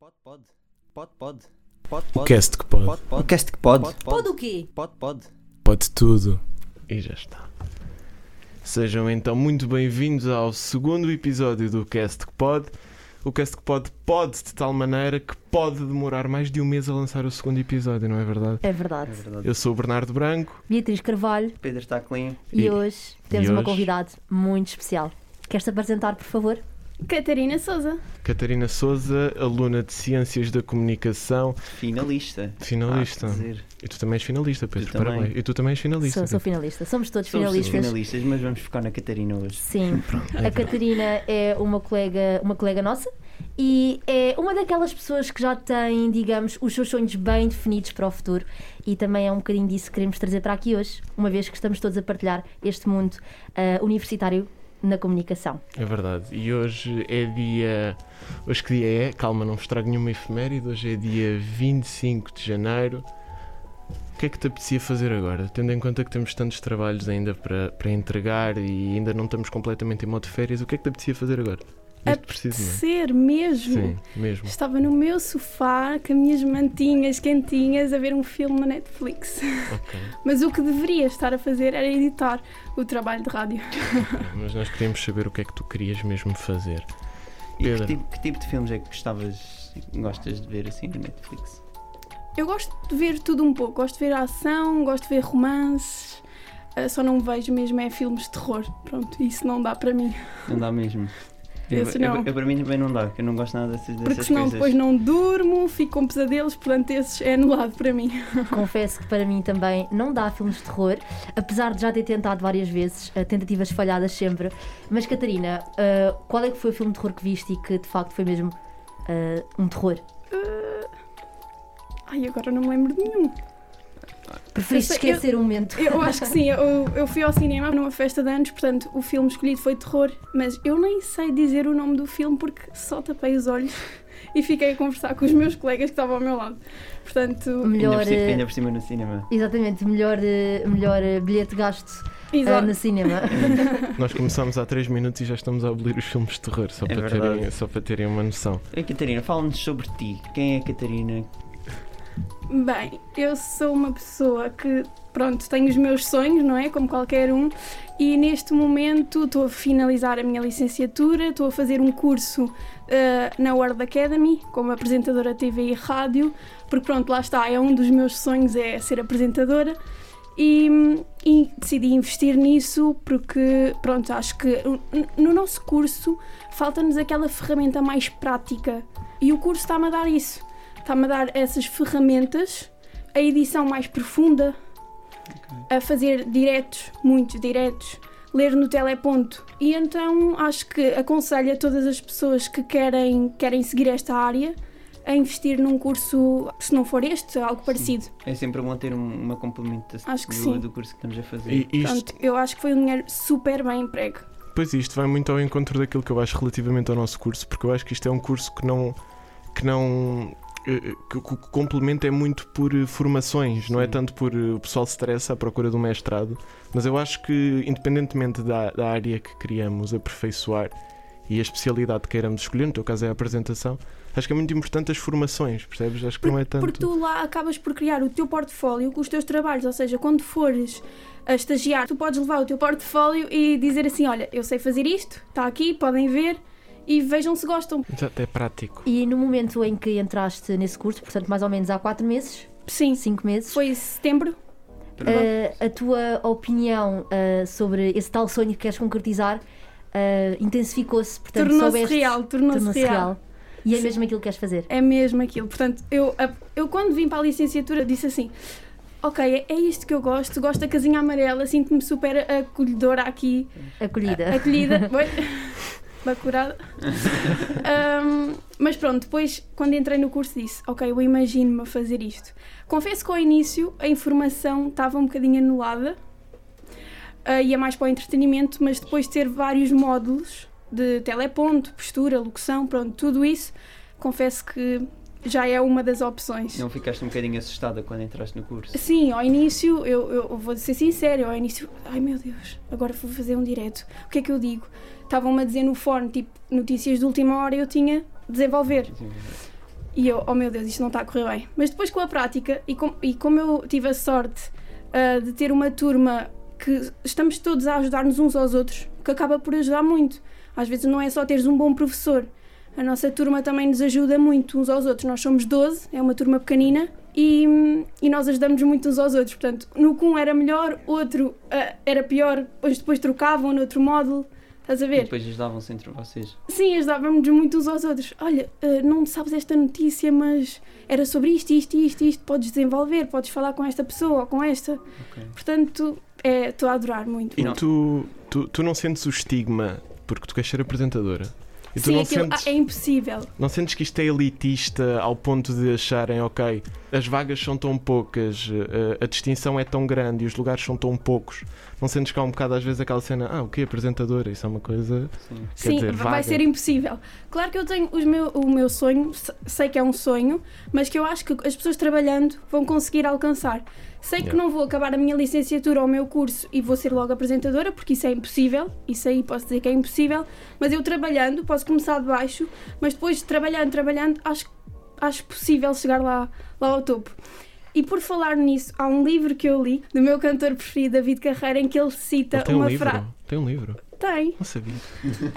Pod, pod. Pod, pod. Pod, pod. Podcast que pode. Pod, pod. Podcast que pode. Pod, pod. Pode o quê? Pod, pod. Pode tudo. E já está. Sejam então muito bem-vindos ao segundo episódio do Cast que Pod. O Cast que Pod pode de tal maneira que pode demorar mais de um mês a lançar o segundo episódio, não é verdade? É verdade. Eu sou o Bernardo Branco. Beatriz Carvalho Pedro está um clean. e, E- hoje temos e uma hoje? convidada muito especial. Queres-te apresentar, por favor? Catarina Souza. Catarina Souza, aluna de Ciências da Comunicação, Finalista. finalista. Ah, quer dizer, e tu também és finalista, Pedro, Eu também. parabéns. E tu também és finalista. Sou, sou finalista. Somos todos somos todos finalistas. finalistas, mas vamos focar na Catarina hoje. Sim. A Catarina é uma colega, uma colega nossa e é uma daquelas pessoas que já tem, digamos, os seus sonhos bem definidos para o futuro. E também é um bocadinho disso que queremos trazer para aqui hoje, uma vez que estamos todos a partilhar este mundo ah, universitário na comunicação. É verdade. E hoje é dia. Hoje que dia é? Calma, não vos trago nenhuma efeméride. Hoje é dia 25 de janeiro. O que é que te apetecia fazer agora? Tendo em conta que temos tantos trabalhos ainda para, para entregar e ainda não estamos completamente em modo de férias, o que é que te apetecia fazer agora? Neste preciso momento. Ser mesmo. Sim, mesmo. Estava no meu sofá com as minhas mantinhas quentinhas a ver um filme na Netflix. Ok. Mas o que deveria estar a fazer era editar o trabalho de rádio. Mas nós queríamos saber o que é que tu querias mesmo fazer. E que Pedro. tipo, que tipo de filmes é que gostavas, gostas de ver assim no Netflix? Eu gosto de ver tudo um pouco. Gosto de ver ação, gosto de ver romances. Ah, Só não vejo mesmo é filmes de terror. Pronto, isso não dá para mim. Não dá mesmo. Esse eu, não. eu- para mim também não dá, que eu não gosto nada dessas, dessas Porque senão coisas. depois não é durmo, fico com pesadelos, portanto esse é anulado para mim. Confesso que para mim também não dá filmes de terror, apesar de já ter tentado várias vezes, eh, tentativas falhadas sempre. Mas Catarina, eh, qual é que foi o filme de terror que viste e que de facto foi mesmo eh, um terror? Ah, Ai, agora não me lembro de nenhum. Preferiste Eu sei- eu- esquecer o momento? Eu acho que sim, eu, eu fui ao cinema numa festa de anos, portanto o filme escolhido foi terror, mas eu nem sei dizer o nome do filme porque só tapei os olhos e fiquei a conversar com os meus colegas que estavam ao meu lado. Portanto, Melhor. Ainda por, cima, eh, ainda por cima no cinema. Exatamente, melhor, eh, melhor eh, bilhete gasto eh, exato. no cinema. Nós começámos há 3 minutos e já estamos a abolir os filmes de terror, só, É para, verdade. terem, só para terem uma noção. Ei, Catarina, fala-nos sobre ti. Quem é a Catarina? Bem, eu sou uma pessoa que, pronto, tenho os meus sonhos, não é? Como qualquer um, e neste momento estou a finalizar a minha licenciatura, estou a fazer um curso eh, na World Academy como apresentadora TV e rádio, porque, pronto, lá está, é um dos meus sonhos é ser apresentadora. E, e decidi investir nisso porque, pronto, acho que n- no nosso curso falta-nos aquela ferramenta mais prática e o curso está-me a dar isso está-me a dar essas ferramentas, a edição mais profunda, a fazer diretos, muitos diretos, ler no teleponto. E então acho que aconselho a todas as pessoas que querem, querem seguir esta área a investir num curso, se não for este, algo parecido. É sempre bom ter um- uma complementação Acho que do, sim. do curso que estamos a fazer. E isto, Portanto, eu acho que foi um dinheiro super bem emprego. Pois isto vai muito ao encontro daquilo que eu acho relativamente ao nosso curso, porque eu acho que isto é um curso que não. que não. eh, que o que o complemento é muito por eh, formações, não é Sim. tanto por eh, o pessoal se estressa à procura de um mestrado, mas eu acho que, independentemente da, da área que queríamos aperfeiçoar e a especialidade que queiramos escolher, no teu caso é a apresentação, acho que é muito importante as formações, percebes? Acho que não é tanto. Porque tu lá acabas por criar o teu portfólio com os teus trabalhos, ou seja, quando fores a estagiar, tu podes levar o teu portfólio e dizer assim: Olha, eu sei fazer isto, está aqui, podem ver e vejam se gostam. Exato, é prático. e no momento em que entraste nesse curso, portanto, mais ou menos há 4 meses, Sim, 5 meses, foi em setembro. é? Eh, a tua opinião eh, sobre esse tal sonho que queres concretizar eh, intensificou-se, portanto, Tornou-se soubeste- real, tornou-se tornou-se real. E é Sim. mesmo aquilo que queres fazer. É mesmo aquilo. Portanto, eu, a- eu quando vim para a licenciatura disse assim: Ok, é, é isto que eu gosto, gosto da casinha amarela, sinto-me super acolhedora aqui. Eh, Acolhida. acolhida. Oi. Bacurada. Ahm, mas pronto, depois, quando entrei no curso, disse: Ok, eu imagino-me a fazer isto. Confesso que ao início a informação estava um bocadinho anulada, ah, ia mais para o entretenimento, mas depois de ter vários módulos de teleponto, postura, locução, pronto, tudo isso, confesso que já é uma das opções. Não ficaste um bocadinho assustada quando entraste no curso? Sim, ao início, eu, eu vou ser sincero, ao início, ai meu Deus, agora vou fazer um direto. O que é que eu digo? Estavam-me a dizer no fone, tipo, notícias de última hora eu tinha de desenvolver. E eu, oh meu Deus, isto não está a correr bem. Mas depois com a prática, e, com- e como eu tive a sorte ah, de ter uma turma que estamos todos a ajudar-nos uns aos outros, que acaba por ajudar muito. Às vezes não é só teres um bom professor. A nossa turma também nos ajuda muito uns aos outros. Nós somos 12, é uma turma pequenina, e, e nós ajudamos muito uns aos outros. Portanto, no que um era melhor, outro ah, era pior, depois, depois trocavam no outro módulo. Estás a E ver? depois ajudavam-se entre vocês. Sim, ajudávamos muito uns aos outros. Olha, eh, não sabes esta notícia, mas era sobre isto, isto, isto, isto. Podes desenvolver, podes falar com esta pessoa ou com esta. Portanto, é, estou a adorar muito. E Não. tu, tu, tu não sentes o estigma porque tu queres ser apresentadora. E tu Sim, não, aquilo sentes, ah, é impossível. não sentes que isto é elitista ao ponto de acharem, ok, as vagas são tão poucas, eh, a distinção é tão grande e os lugares são tão poucos. Não sentes que há um bocado às vezes aquela cena, ah, o que apresentadora? Isso é uma coisa. Sim. Quer Sim, dizer, vai vaga. ser impossível. Claro que eu tenho os meu- o meu sonho, se- sei que é um sonho, mas que eu acho que as pessoas trabalhando vão conseguir alcançar. Sei que Yeah. não vou acabar a minha licenciatura ou o meu curso e vou ser logo apresentadora, porque isso é impossível, isso aí posso dizer que é impossível, mas eu trabalhando, posso começar de baixo, mas depois trabalhando, trabalhando, acho, acho possível chegar lá, lá ao topo. E por falar nisso, há um livro que eu li do meu cantor preferido, David Carreira, em que ele cita Ele tem um Então, uma livro? frase. Tem um livro? Tem. Não sabia.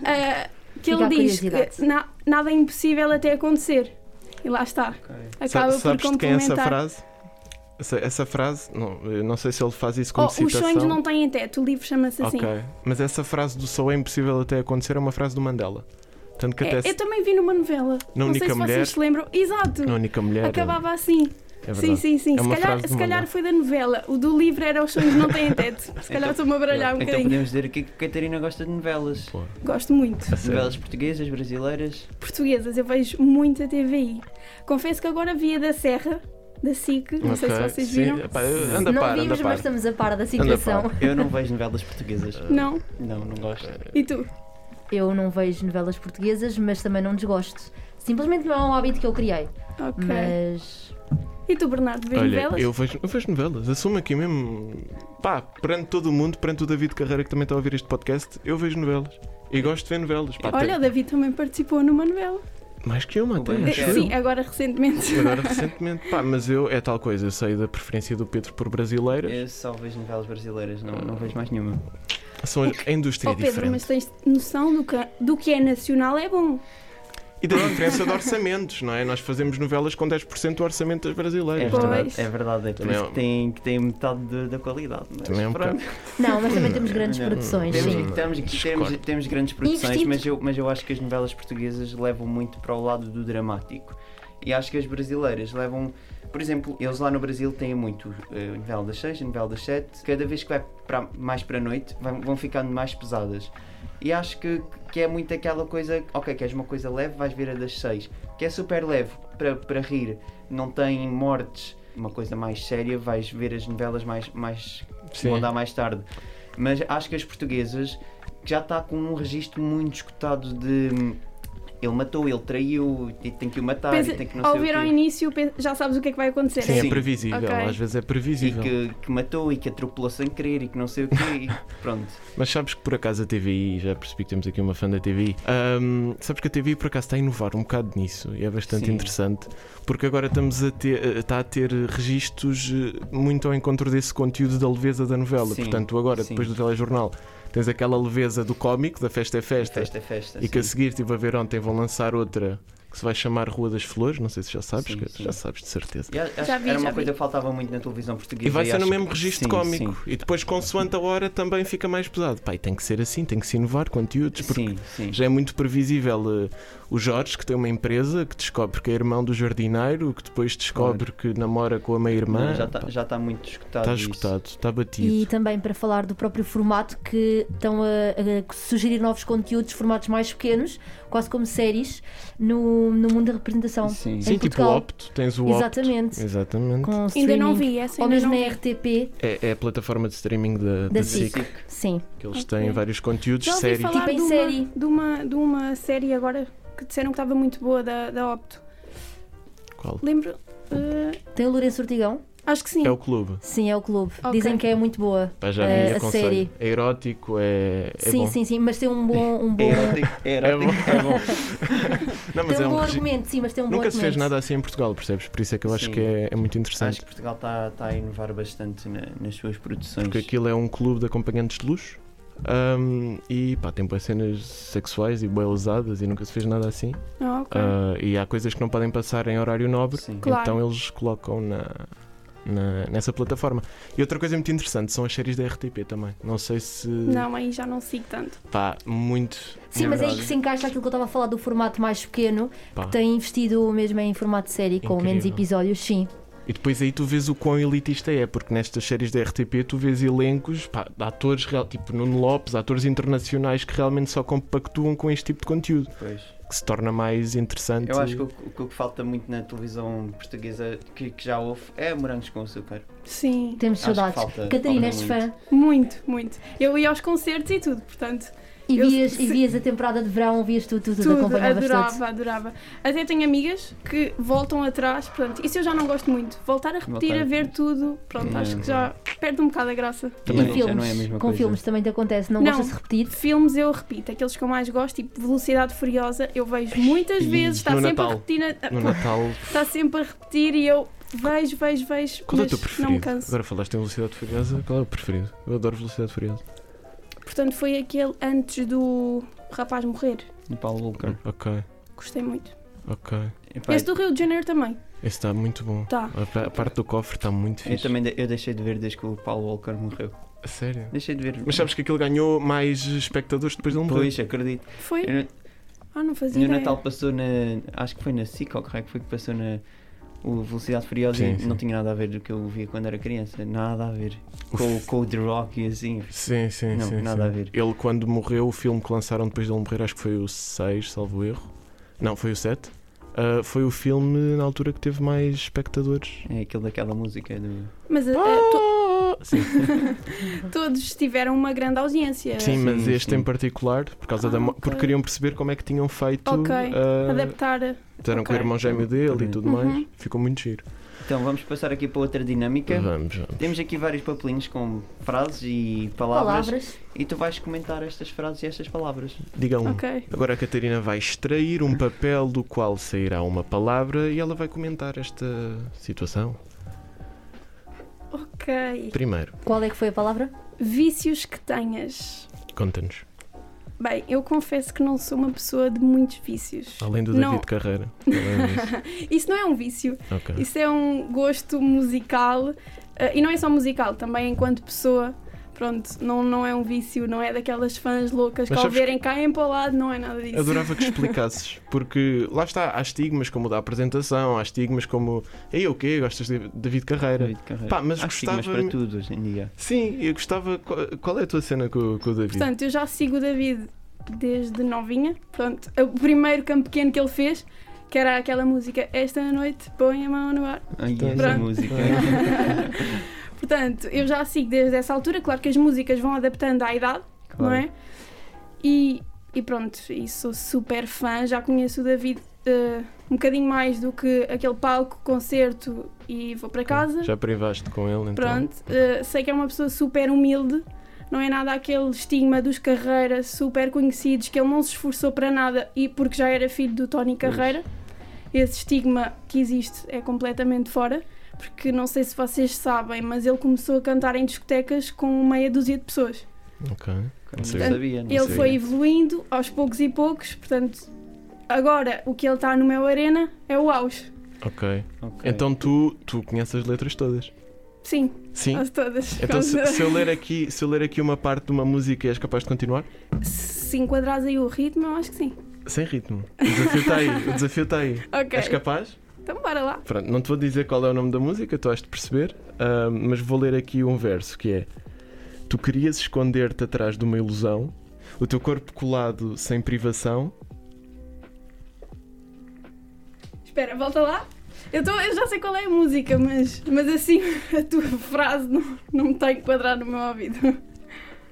Ah, Fica que ele a diz curiosidade. que na- nada é impossível até acontecer. E lá está. Então Acaba Sa- sabes por de quem é complementar. essa frase? Essa, essa frase, não, eu não sei se ele faz isso Oh, como os citação. sonhos não têm teto, o livro chama-se assim. Ok, mas essa frase do só é impossível até acontecer é uma frase do Mandela. Tanto que É, até se- eu também vi numa novela. Na não sei Única se Mulher. vocês se lembram. Exato. na única mulher. Acabava assim. É sim, verdade. sim, sim. É se uma calhar, frase do se calhar Mandela. foi da novela. O do livro era Os Sonhos Não Têm Teto. Se calhar Então- estou-me a baralhar um Então bocadinho. podemos dizer aqui que a Catarina gosta de novelas. Pô, Gosto muito. a sério. Novelas portuguesas, brasileiras. Portuguesas, eu vejo muita TVI. Confesso que agora via da Serra, da SIC. Não sei se Ok, vocês sim. viram. Epá, eu- eh, anda não par, vimos, anda mas par. estamos a par da Anda situação. par. Eu não vejo novelas portuguesas. Não? Não, não gosto. E tu? Eu não vejo novelas portuguesas, mas também não desgosto. Simplesmente não é um hábito que eu criei. Ok. Mas. E tu, Bernardo, vês Olha, novelas? eu vejo, eu vejo novelas, assumo aqui mesmo. Pá, perante todo o mundo, perante o David Carreira que também está a ouvir este podcast, eu vejo novelas. E gosto de ver novelas. Pá, Olha, o tem- David também participou numa novela. Eh, Mais que uma, O até. Ben acho Quero. eu. Sim, é agora recentemente. Agora recentemente. Pá, mas eu, é tal coisa, eu sei da preferência do Pedro por brasileiras. Eu só vejo novelas brasileiras, não, não vejo mais nenhuma. São a indústria é Oh Pedro, diferente. mas tens noção do que, do que é nacional é bom. E da diferença de orçamentos, não é? Nós fazemos novelas com 10% do orçamento das É brasileiras. Pois. verdade, é verdade. É por Também é isso um- que tem, que tem metade da- da qualidade. Mas Também é um pronto. Não, mas também temos grandes Não. produções, Temos, sim. Hum. temos, temos- Discordo. temos grandes produções, Investido. mas eu, mas eu acho que as novelas portuguesas levam muito para o lado do dramático. E acho que as brasileiras levam. Por exemplo, eles lá no Brasil têm muito eh, novela das 6, novela das 7. Cada vez que vai para- mais para a noite, vão, vão ficando mais pesadas. E acho que, que é muito aquela coisa. Ok, queres uma coisa leve, vais ver a das 6. Que é super leve para, para rir, não tem mortes. Uma coisa mais séria, vais ver as novelas mais, mais Sim. vão dar mais tarde. Mas acho que as portuguesas que já está com um registro muito escutado de hum, ele matou, ele traiu, e tem que o matar, e Pensa- Ah, tem que não ao sei ver o ao quê. início, pe- já sabes o que é que vai acontecer. Sim, Sim. é previsível. Ok. Às vezes é E previsível. que, que matou e que atropelou sem querer e que não sei o quê e pronto. Mas sabes que por acaso a TVI, já percebi que temos aqui uma fã da TVI, hum, sabes que a TVI por acaso está a inovar um bocado nisso e é bastante Sim. interessante porque agora estamos a ter, eh, está a ter registros eh, muito ao encontro desse conteúdo da leveza da novela. Sim, Portanto, agora, sim. depois do telejornal, tens aquela leveza do cómico, da festa é festa, Festa, festa. e que a sim. seguir estive a ver ontem vão lançar outra que se vai chamar Rua das Flores, não sei se já sabes, Sim, que- sim. já sabes de certeza. E a- acho Já que vi, era já uma vi. coisa que faltava muito na televisão portuguesa. E vai ser acho no mesmo que- registro sim, cómico. Sim, E depois, consoante a hora, também fica mais pesado. Pai, tem que ser assim, tem que se inovar conteúdos, porque sim. sim. já é muito previsível. eh, O Jorge, que tem uma empresa, que descobre que é irmão do jardineiro, que depois descobre que namora com a meia-irmã. Não, já está Pá, já tá muito escutado. Está isso. esgotado, está batido. E também para falar do próprio formato que estão a, a sugerir novos conteúdos, formatos mais pequenos, quase como séries, no, no mundo da representação. Sim. Sim, em tipo o Portugal. Opto, tens o É. Opto. Exatamente. Exatamente. Com Ainda não streaming. vi é essa, Ou ainda mesmo não na vi. RTP, É, é a plataforma de streaming da, da da SIC, SIC. Sim. que eles têm Ok. vários conteúdos, Já ouvi séries. falar Tipo em de, uma, série. de, uma, de uma série agora que disseram que estava muito boa da, da Opto. tipo, Qual? Lembro. eh, Tem o Lourenço Ortigão? Acho que sim. É o clube. Sim, é o clube. Ok. Dizem que é muito boa. Pá, já É, vi, a aconselho. série. É erótico, é. é sim, bom. sim, sim, mas tem um bom. Um bom... É erótico. É É erótico. bom, é bom. Não, mas Tem é um bom um regi- argumento, sim, mas tem um bom Nunca se fez argumento. nada assim em Portugal, percebes? Por isso é que eu acho Sim. que é, é muito Acho interessante. que Portugal está a inovar bastante na- nas suas produções. Porque aquilo é um clube de acompanhantes de luxo ahm, e pá, tem boas cenas sexuais e bem usadas e nunca se fez nada assim. Ah, ok. Ah, e há coisas que não podem passar em horário nobre, Sim. Claro. então eles colocam na, na- nessa plataforma. E outra coisa muito interessante são as séries da RTP também. Não sei se. Não, aí já não sigo tanto. Pá, muito. Sim, na mas é aí verdade, que se encaixa aquilo que eu estava a falar do formato mais pequeno, pá. que tem investido mesmo em formato de série, com menos Incrível. episódios, sim. E depois aí tu vês o quão elitista é, porque nestas séries da RTP tu vês elencos pá, de atores, real- tipo Nuno Lopes, atores internacionais que realmente só compactuam com este tipo de conteúdo, Pois. que se torna mais interessante. Eu acho que o, que- o que falta muito na televisão portuguesa que, que já houve é morangos com açúcar. Sim. Temos Acho que saudades. falta- Catarina, falta és fã. muito. Muito, muito. Eu ia aos concertos e tudo, portanto. E Eu- vias, e se- vias a temporada de verão, vias tudo, tudo, tudo, Tudo, acompanhavas adorava, tudo. adorava. Até tenho amigas que voltam atrás, portanto, isso eu já não gosto muito. Voltar a repetir, Voltar. a ver tudo, pronto, Não. acho É, que já perde um bocado a graça. Também e não- já filmes, não é a mesma com coisa. filmes também te acontece, não, Não. gostas de repetir? Filmes eu repito, aqueles que eu mais gosto, tipo Velocidade Furiosa, eu vejo muitas E vezes, está no sempre a Natal? repetir, na- No Natal. está sempre a repetir e eu vejo, vejo, vejo, Qual é o mas teu não me preferido? canso. Agora falaste em Velocidade Furiosa, qual é o preferido? Eu adoro Velocidade Furiosa. Portanto, foi aquele antes do rapaz morrer. No Paulo Volcker. Ok, Gostei muito. ok. Epá, Esse do Rio de Janeiro também. Esse está muito bom. Tá. A pa- A parte do cofre está muito eu fixe. também de- eu deixei de ver desde que o Paulo Volcker morreu. A sério. Deixei de ver. Mas sabes que aquilo ganhou mais espectadores depois de um Pois, acredito. Foi? É. Eu- Ah, não E fazia o é. ideia. Natal passou na. Acho que foi na SIC ou que raio que foi que passou na. O Velocidade Furiosa Sim, e sim. não tinha nada a ver do que eu via quando era criança. Nada a ver. Com, o- com o The Rock e assim. Sim, sim, Não, sim. nada sim. a ver. Ele, quando morreu, o filme que lançaram depois de ele morrer, acho que foi o 6, salvo erro. Não, foi o 7. Ah, foi o filme na altura que teve mais espectadores. É aquele daquela música do. Mas Ah! eh, eh, to- Sim, todos tiveram uma grande audiência. sim, mas Sim, este sim. em particular, por causa Ah, da mo- ok. porque queriam perceber como é que tinham feito. Ok, ah, Adaptar. a- Fizeram com ok. o irmão gêmeo dele e tudo Uhum. mais. Ficou muito giro. Então vamos passar aqui para outra dinâmica. Vamos, vamos. Temos aqui vários papelinhos com frases e palavras. Palavras. E tu vais comentar estas frases e estas palavras. Diga um. Ok. Agora a Catarina vai extrair um papel do qual sairá uma palavra e ela vai comentar esta situação. Ok. Primeiro, Qual é que foi a palavra? Vícios que tenhas. conta-nos. Bem, eu confesso que não sou uma pessoa de muitos vícios. Além do Não. David Carreira. Qual é o vício? Isso não é um vício, Ok. isso é um gosto musical. eh, e não é só musical, também enquanto pessoa. Pronto, não, não é um vício, não é daquelas fãs loucas Mas que ao sabes verem caem para o lado, não é nada disso. Adorava que explicasses, porque lá está, há estigmas como o da apresentação, há estigmas como. Ei, o quê? Gostas de David Carreira? David Carreira. Pá, mas Há estigmas gostava- para tudo hoje em dia. Sim, eu gostava. Qual qual é a tua cena com, com o David? Portanto, eu já sigo o David desde novinha. Pronto, o primeiro campo pequeno que ele fez, que era aquela música Esta noite põe a mão no ar. Ai, Então, essa pronto. música. Portanto, eu já a sigo desde essa altura. Claro que as músicas vão adaptando à idade, não é? E, e pronto, e sou super fã. Já conheço o David eh, um bocadinho mais do que aquele palco, concerto e vou para casa. Já privaste com ele, então. Pronto, eh, sei que é uma pessoa super humilde, não é nada aquele estigma dos Carreira super conhecidos que ele não se esforçou para nada e porque já era filho do Tony Carreira. Esse estigma que existe é completamente fora, porque não sei se vocês sabem, mas ele começou a cantar em discotecas com meia dúzia de pessoas. Ok. Não Sim. sabia, não ele sabia. foi evoluindo aos poucos e poucos, portanto, agora o que ele está no meu Arena é o auge. Ok. Ok. Então tu, tu conheces as letras todas? Ah, Sim, Sim. quase todas. Então se, Quase- se eu ler aqui, se eu ler aqui uma parte de uma música, és capaz de continuar? se enquadras aí o ritmo, eu acho que sim. Sem ritmo. O desafio está aí. O desafio está aí. Ok. És capaz? Então bora lá. Pronto, não te vou dizer qual é o nome da música, tu has de perceber, ah, mas vou ler aqui um verso que é: Tu querias esconder-te atrás de uma ilusão, o teu corpo colado sem privação. Espera, volta lá. Eu, tô- eu já sei qual é a música, mas, mas assim a tua frase não, não me está a enquadrar no meu ouvido.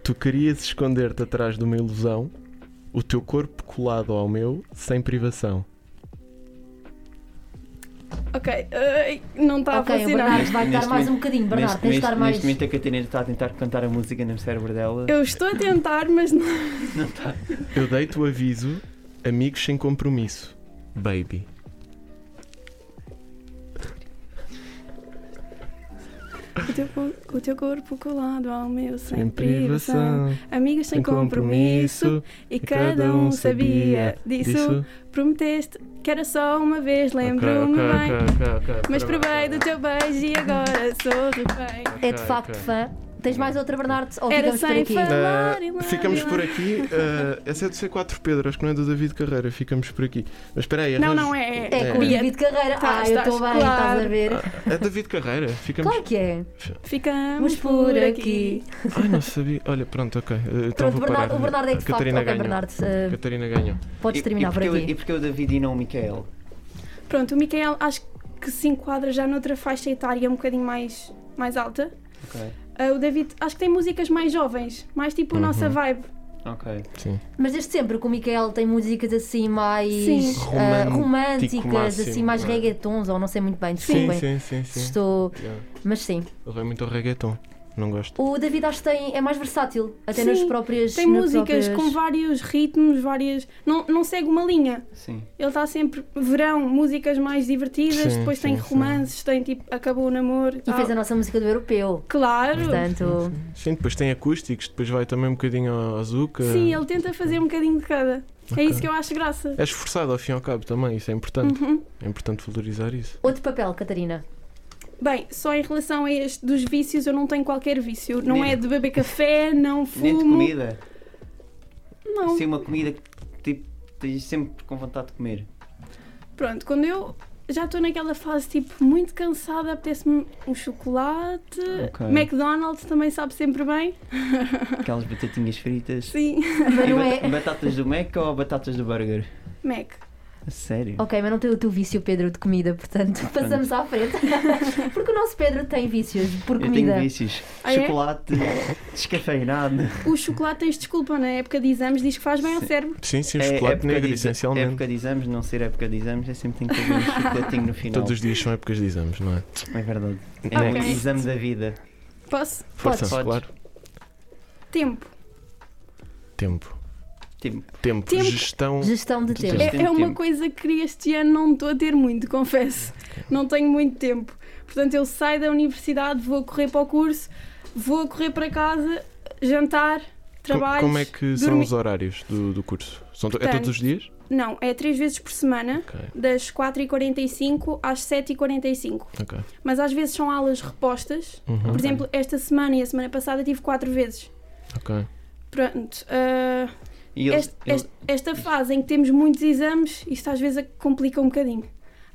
Tu querias esconder-te atrás de uma ilusão, o teu corpo colado ao meu sem privação. Ok, ai, não está a ok, o funcionar. Bernardo vai Neste estar mais momento- um bocadinho. Bernardo, neste, tens de neste, estar mais. neste momento a Catarina está a tentar cantar a música no cérebro dela. Eu estou a tentar, mas não. Eu deito o aviso, amigos sem compromisso. Baby. O teu, co- o teu corpo colado ao meu sem, Sem privação. privação, Amigos sem sem compromisso. compromisso. E cada um sabia disso. Prometeste que era só uma vez, lembro-me Ok, ok, bem. ok, ok, ok. Mas provei do teu beijo e agora sorri bem. É de facto Ok, ok. fã. Tens mais outra, Bernardo? Ou Era ficamos por sem aqui? fã. Ah, ficamos por aqui. ah, essa é do C4 Pedro, acho que não é do David Carreira. Ficamos por aqui. Mas espera aí, Não, arranja- não é. É com o Bia, David Carreira. Tá, ah, eu estou estás, bem, estás a claro. Ah, ver? É David Carreira. Ficamos. Claro que é. Vamos Ficamos por aqui. Ai, não sabia. Olha, pronto, ok. ah, então Pronto, vou Bernardo, parar. o A Bernardo é que falta. Catarina Ok, ganhou. Bernardo, eh, Catarina ganhou. podes E- e terminar por porque aqui. Eu, e porque é o David e não o Micael? Pronto, o Micael acho que se enquadra já noutra faixa etária um bocadinho mais, mais alta. Ok. Ah, o David acho que tem músicas mais jovens, mais tipo a nossa vibe. Ok. Sim. Mas desde sempre que o Micael tem músicas assim mais Sim. ah, Romântico românticas, máximo, assim mais não é? reggaetons, ou não sei muito bem, Sim, desculpem. sim, sim, se sim. Estou. Yeah. Mas sim. Ele vai muito ao reggaeton. Não gosto. O David acho que tem, é mais versátil, até Sim, nas próprias. Tem nas músicas próprias- com vários ritmos, várias. Não, não segue uma linha. Sim. Ele está sempre verão, músicas mais divertidas, Sim, depois sim, tem sim. romances, tem tipo Acabou o Namoro. E tal. fez a nossa música do europeu. Claro! Portanto, Sim, depois tem acústicos, depois vai também um bocadinho ao Azuca. Sim, ele tenta fazer um bocadinho de cada. Ok. É isso que eu acho graça. É esforçado ao fim e ao cabo também, isso é importante. Uhum. É importante valorizar isso. outro papel, Catarina. Bem, só em relação a este dos vícios, eu não tenho qualquer vício. Não Nem- é de beber café, não fumo. Nem de comida. Não. Sim, uma comida que tipo, tens sempre com vontade de comer. Pronto, quando eu já estou naquela fase tipo muito cansada, apetece-me um chocolate. Ok. McDonald's também sabe sempre bem. Aquelas batatinhas fritas. Sim. Mas E não bata- é. Batatas do Mac ou batatas do burger? Mac. A Sério? Ok, mas não tem o teu vício, Pedro, de comida, portanto, passamos à frente. Porque o nosso Pedro tem vícios por Eu comida. tenho vícios. Ah, é? Chocolate, descafeinado. O chocolate tens desculpa, na época de exames diz que faz bem ao cérebro. Sim, sim, o É chocolate época negro, de- essencialmente. Época de exames, não ser época de exames, eu sempre tenho que fazer um chocolatinho no final. Todos os dias são épocas de exames, não é? É verdade. É Ok. um exame da vida. Posso? Força, Podes. claro. Tempo. Tempo. Tipo, Tempo. Tempo. Gestão. Gestão de De tempo. tempo. É, é Tempo, uma tempo. coisa que este ano não estou a ter muito, confesso. Não tenho muito tempo. Portanto, eu saio da universidade, vou correr para o curso, vou correr para casa, jantar, Com- trabalho. Como é que são dormir. os horários do, do curso? São to- é Portanto, todos os dias? Não, é três vezes por semana. Ok, das 4h45 às 7h45. ok. Mas às vezes são aulas repostas. Uhum, Por exemplo, esta semana e a semana passada tive quatro vezes. ok. Pronto. ah, e eles, este- eles- este- esta fase em que temos muitos exames, isto às vezes complica um bocadinho.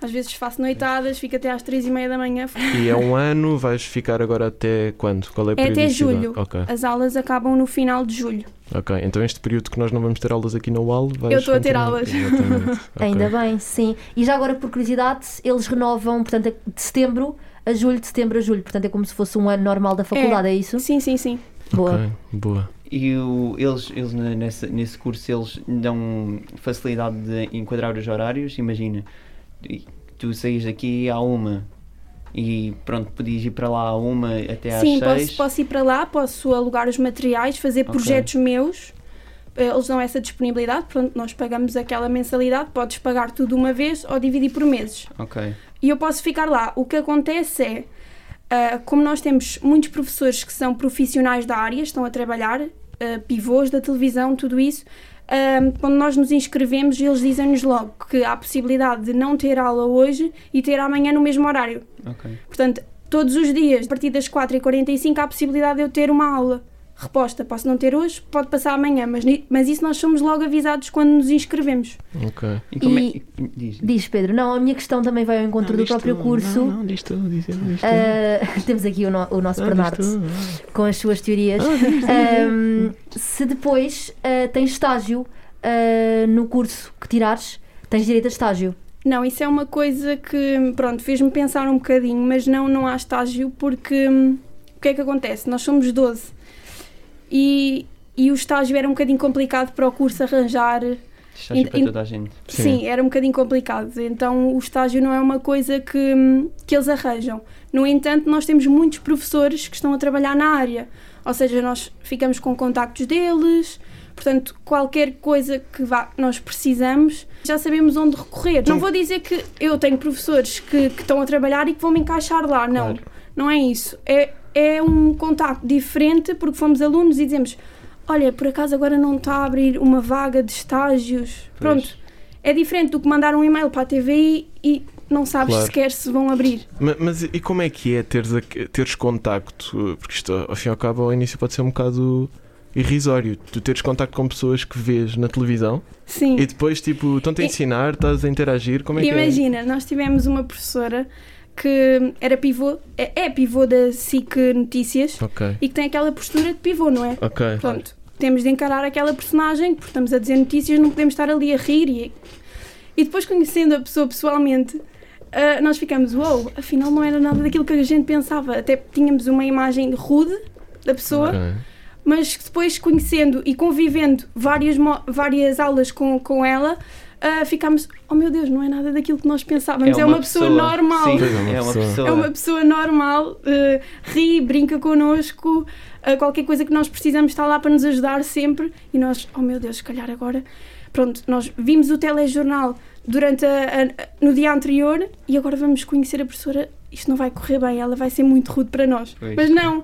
Às vezes faço noitadas, fico até às 3h30 da manhã. E é um ano, vais ficar agora até quando? Qual é a É até periodicidade? julho. Ok, As aulas acabam no final de julho. ok. Então este período que nós não vamos ter aulas aqui na UAL, vais Eu estou a ter continuar. aulas. Exatamente. Ok. É, Ainda bem, sim. E já agora, por curiosidade, eles renovam, portanto, é de setembro a julho, de setembro a julho. Portanto, é como se fosse um ano normal da faculdade, é, isso? Sim, sim, sim. Boa. Ok, boa. e o- eles, eles na- nessa- nesse curso eles dão facilidade de enquadrar os horários. Imagina, tu- tu saís daqui à uma e pronto, podias ir para lá à uma até Sim, às posso, seis. posso ir para lá, posso alugar os materiais, fazer Ok. projetos meus. Eh, Eles dão essa disponibilidade, portanto, nós pagamos aquela mensalidade, podes pagar tudo de uma vez ou dividir por meses. Ok, E eu posso ficar lá. O que acontece é, ah, como nós temos muitos professores que são profissionais da área, estão a trabalhar, ah, pivôs da televisão, tudo isso, ah, quando nós nos inscrevemos, eles dizem-nos logo que há a possibilidade de não ter aula hoje e ter amanhã no mesmo horário. ok. Portanto, todos os dias, a partir das 4h45, há a possibilidade de eu ter uma aula. Reposta, posso não ter hoje, pode passar amanhã, mas, ni- mas isso nós somos logo avisados quando nos inscrevemos. Ok. E como E- é diz? Diz Pedro, não, a minha questão também vai ao encontro do próprio curso. Não, não, diz Ah, tu, diz tu, diz tu. Ah, temos aqui o, no- o Ah, nosso Bernardo com as suas teorias. Ahm, se depois ah, tens estágio ah, no curso que tirares, tens direito a estágio. Não, isso é uma coisa que, pronto, fez-me pensar um bocadinho, mas não, não há estágio porque hum, o que é que acontece? Nós somos 12 e, e o estágio era um bocadinho complicado para o curso arranjar Estágio E- para e- toda a gente. Sim. Sim. era um bocadinho complicado. Então o estágio não é uma coisa que, que eles arranjam. No entanto, nós temos muitos professores que estão a trabalhar na área. Ou seja, nós ficamos com contactos deles. Portanto, qualquer coisa que vá, nós precisamos, já sabemos onde recorrer. Não vou dizer que eu tenho professores que, que estão a trabalhar e que vão me encaixar lá. Não, Claro. não é isso. É, é um contacto diferente porque fomos alunos e dizemos: Olha, por acaso agora não está a abrir uma vaga de estágios. Pronto, é diferente do que mandar um e-mail para a TVI e não sabes Claro. sequer se vão abrir. Ma- Mas, e como é que é teres, a- teres contacto? Porque isto, ao fim e ao cabo, ao início pode ser um bocado irrisório. Tu teres contacto com pessoas que vês na televisão Sim. e depois, tipo, estão-te a E- ensinar, estás a interagir. Como é que Imagina, nós tivemos uma professora que era pivô, é, é pivô da SIC Notícias é? Ok. e que tem aquela postura de pivô, não é? Ok. Pronto, temos de encarar aquela personagem, porque estamos a dizer notícias, não podemos estar ali a rir. E, e depois, conhecendo a pessoa pessoalmente, ah, nós ficamos, uou, afinal não era nada daquilo que a gente pensava. Até tínhamos uma imagem rude da pessoa, Ok. mas que depois conhecendo e convivendo várias, mo- várias aulas com, com ela, ah, ficámos, oh meu Deus, não é nada daquilo que nós pensávamos, é, uma, pessoa, normal. Sim, Pois é, uma é uma pessoa. pessoa. É uma pessoa normal, eh, ri, brinca connosco, eh, qualquer coisa que nós precisamos está lá para nos ajudar sempre. E nós, oh meu Deus, se calhar agora. Pronto, nós vimos o telejornal durante a- a- no dia anterior e agora vamos conhecer a professora. Isto não vai correr bem, ela vai ser muito rude para nós. Pois. Mas não,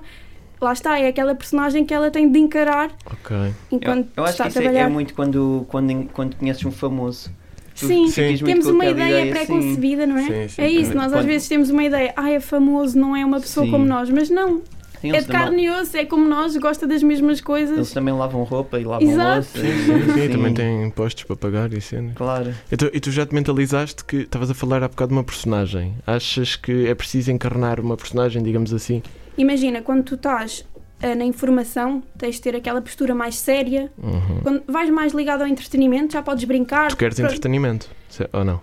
lá está, é aquela personagem que ela tem de encarar Ok. Eu, enquanto eu acho está que isso a é- é, trabalhar. muito quando, quando, quando conheces um famoso. Tu Sim, Sim. ficas muito temos com uma aquela ideia, assim. pré-concebida, não é? Sim, sim, é isso, claro. nós às Quando- vezes temos uma ideia, ah, é famoso, não é uma pessoa Sim. como nós, mas não, Sim, É eles de também- carne e osso, é como nós, gosta das mesmas Eles coisas. também lavam roupa e lavam Exato. louça. Sim, sim, sim, também tem impostos para pagar e cenas. Claro. Então, e tu já te mentalizaste que estavas a falar há bocado de uma personagem. Achas que é preciso encarnar uma personagem, digamos assim? Imagina, quando tu estás ah, na informação, tens de ter aquela postura mais séria. Uhum. Quando vais mais ligado ao entretenimento, já podes brincar. Tu queres Pronto, entretenimento, se- ou não?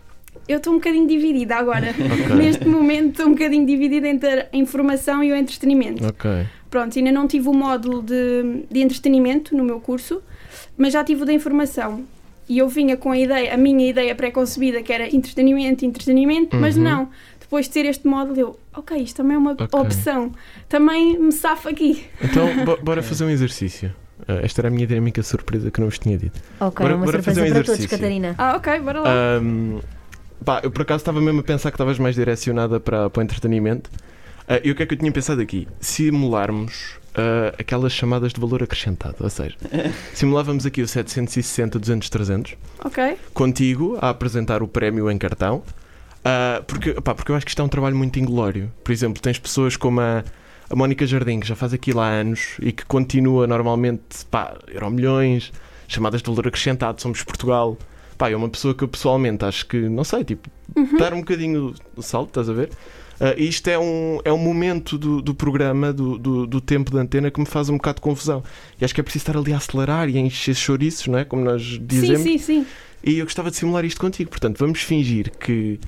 Eu estou um bocadinho dividida agora. Ok. Neste momento estou um bocadinho dividida entre a informação e o entretenimento. Ok. Pronto, ainda não tive o módulo de, de entretenimento no meu curso, mas já tive o da informação. E eu vinha com a ideia, a minha ideia pré-concebida, que era entretenimento, entretenimento, mas Uhum. não. Depois de ter este módulo, eu, ok, isto também é uma Ok. opção. Também me safo aqui. Então, bo- bora fazer um exercício. Ah, esta era a minha dinâmica surpresa que não vos tinha dito. Ok, Bora- uma bora surpresa fazer um para todos, exercício. Catarina. Ah, ok, bora lá. Ahm, pá, eu por acaso estava mesmo a pensar que estavas mais direcionada para, para o entretenimento. Ah, e o que é que eu tinha pensado aqui? Simularmos ah, aquelas chamadas de valor acrescentado. Ou seja, simulávamos aqui o 760, 200, 300. ok. contigo a apresentar o prémio em cartão. Ah, porque, pá, porque eu acho que isto é um trabalho muito inglório. Por exemplo, tens pessoas como a, a Mónica Jardim, que já faz aquilo há anos e que continua normalmente, pá, eram milhões, chamadas de valor acrescentado, somos Portugal. Pá, é uma pessoa que eu pessoalmente acho que, não sei, tipo, dar um bocadinho o salto, estás a ver? Ah, e isto é um, é um momento do, do programa, do, do, do tempo da antena, que me faz um bocado de confusão. E acho que é preciso estar ali a acelerar e a encher chouriços, não é? Como nós dizemos. Sim, sim, sim. E eu gostava de simular isto contigo. Portanto, vamos fingir que,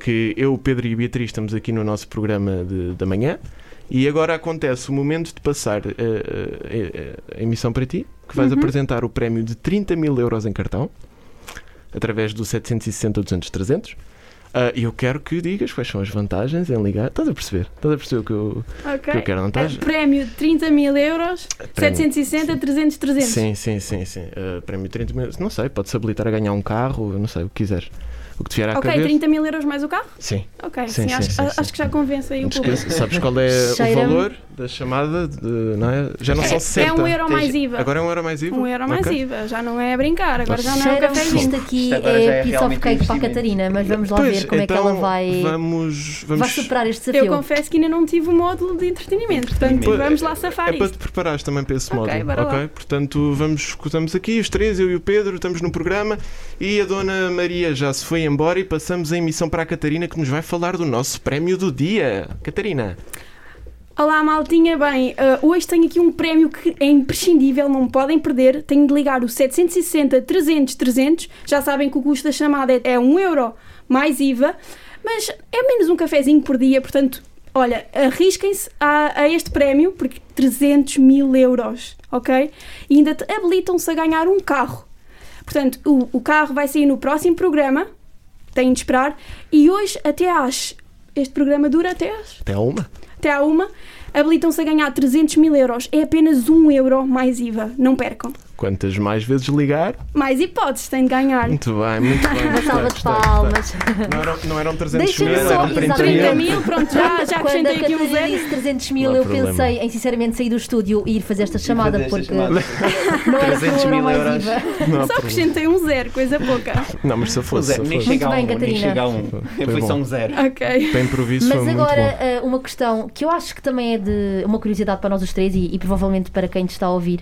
que eu, o Pedro e a Beatriz estamos aqui no nosso programa de, da manhã e agora acontece o momento de passar eh, eh, eh, a emissão para ti, que vais Uhum. apresentar o prémio de 30 mil euros em cartão através do 760 200 300 Ah, e eu quero que digas quais são as vantagens em ligar. Estás a perceber? Estás a perceber o que eu, o Ok. que eu quero, não estás? É, prémio de 30 mil euros, Prémio. 760, 300, 300. Sim, sim, sim, sim. Ah, prémio de 30 mil. Não sei, pode-se habilitar a ganhar um carro, eu não sei, o que quiseres. O que te vier à Ok, cabeça. 30 mil euros mais o carro? Sim. Ok, Sim, sim, sim, acho, sim, a- sim. acho que já um convence aí Não o te público. esqueças, sabes qual é Cheira-me. o valor da chamada? de- não é? Já não são 60. É um euro mais IVA. Agora é um euro mais IVA? Um euro mais Ok. IVA, já não é a brincar, agora já não é um Cheira-me que cafezinho. isto aqui Isto agora já é é piece of realmente cake para a investimento. Catarina, mas vamos lá Pois, ver como é que então, ela vai, Vamos. vamos... vai superar este Eu desafio. confesso que ainda não tive o módulo de entretenimento, portanto Entretenimento. vamos lá safar É para te isto. preparares também para esse Ok, módulo. bora lá. ok? Portanto, vamos, estamos aqui, os três, eu e o Pedro, estamos no programa e a Dona Maria já se foi embora e passamos a emissão para a Catarina que nos vai falar do nosso prémio do dia. Catarina, Olá maltinha, bem, ah, hoje tenho aqui um prémio que é imprescindível, não podem perder. Tenho de ligar o 760 300 300, já sabem que o custo da chamada é- é 1 euro mais IVA, mas é menos um cafezinho por dia, portanto, olha, arrisquem-se a, a este prémio, porque 300 mil euros, ok? E ainda te- habilitam-se a ganhar um carro. Portanto, o, o carro vai sair no próximo programa, têm de esperar, e hoje até às. Este programa dura até às. Até uma. Até à uma. Habilitam-se a ganhar 300 mil euros. É apenas um euro mais IVA. Não percam. Quantas mais vezes ligar? Mais hipóteses têm de ganhar. Muito bem, muito bem. Uma gostei, salva de gostei, palmas. gostei. Não eram, não eram 300 mil, é Deixa-me só- eram 30 exatamente. 30 mil. mil, pronto, já, já Quando a acrescentei aqui um Catarina zero. disse 300 mil, Não há eu problema. pensei em sinceramente sair do estúdio e ir fazer esta chamada Fazer esta porque é chamada. não é era 300 só mil mais euros. IVA. Não, há Só problema. acrescentei um zero, coisa pouca. Não, mas se eu fosse. Zero, se eu nem fosse. chega a Muito um, bem, nem Catarina. chega a um. Foi Foi só bom. um zero. Ok. Para improviso Mas foi agora muito eh, uma questão que eu acho que também é de uma curiosidade para nós os três e, e provavelmente para quem te está a ouvir.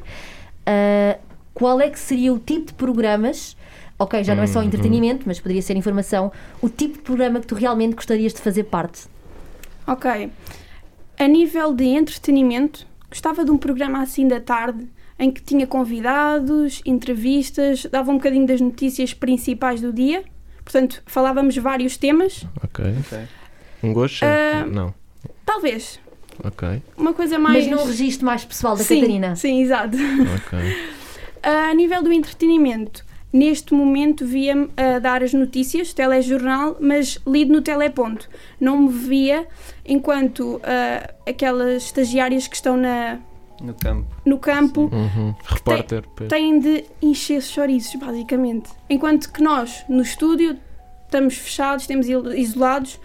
Ah, qual é que seria o tipo de programas? Ok, já não é só Hum, entretenimento, mas poderia ser informação. O tipo de programa que tu realmente gostarias de fazer parte? Ok. A nível de entretenimento, gostava de um programa assim da tarde, em que tinha convidados, entrevistas, dava um bocadinho das notícias principais do dia. Portanto, falávamos vários temas. bom. Ok. Um gosto? Ah, Não. Talvez Ok. uma coisa Mas mais. num registro mais pessoal da sim, Catarina. Sim, exato. Ok. Ah, A nível do entretenimento, neste momento via-me a dar as notícias, telejornal, mas lido no teleponto. Não me via enquanto ah, aquelas estagiárias que estão na, No campo. no campo Uhum. Repórter. pois. têm de encher chorizos, basicamente. Enquanto que nós, no estúdio, estamos fechados, estamos il- isolados,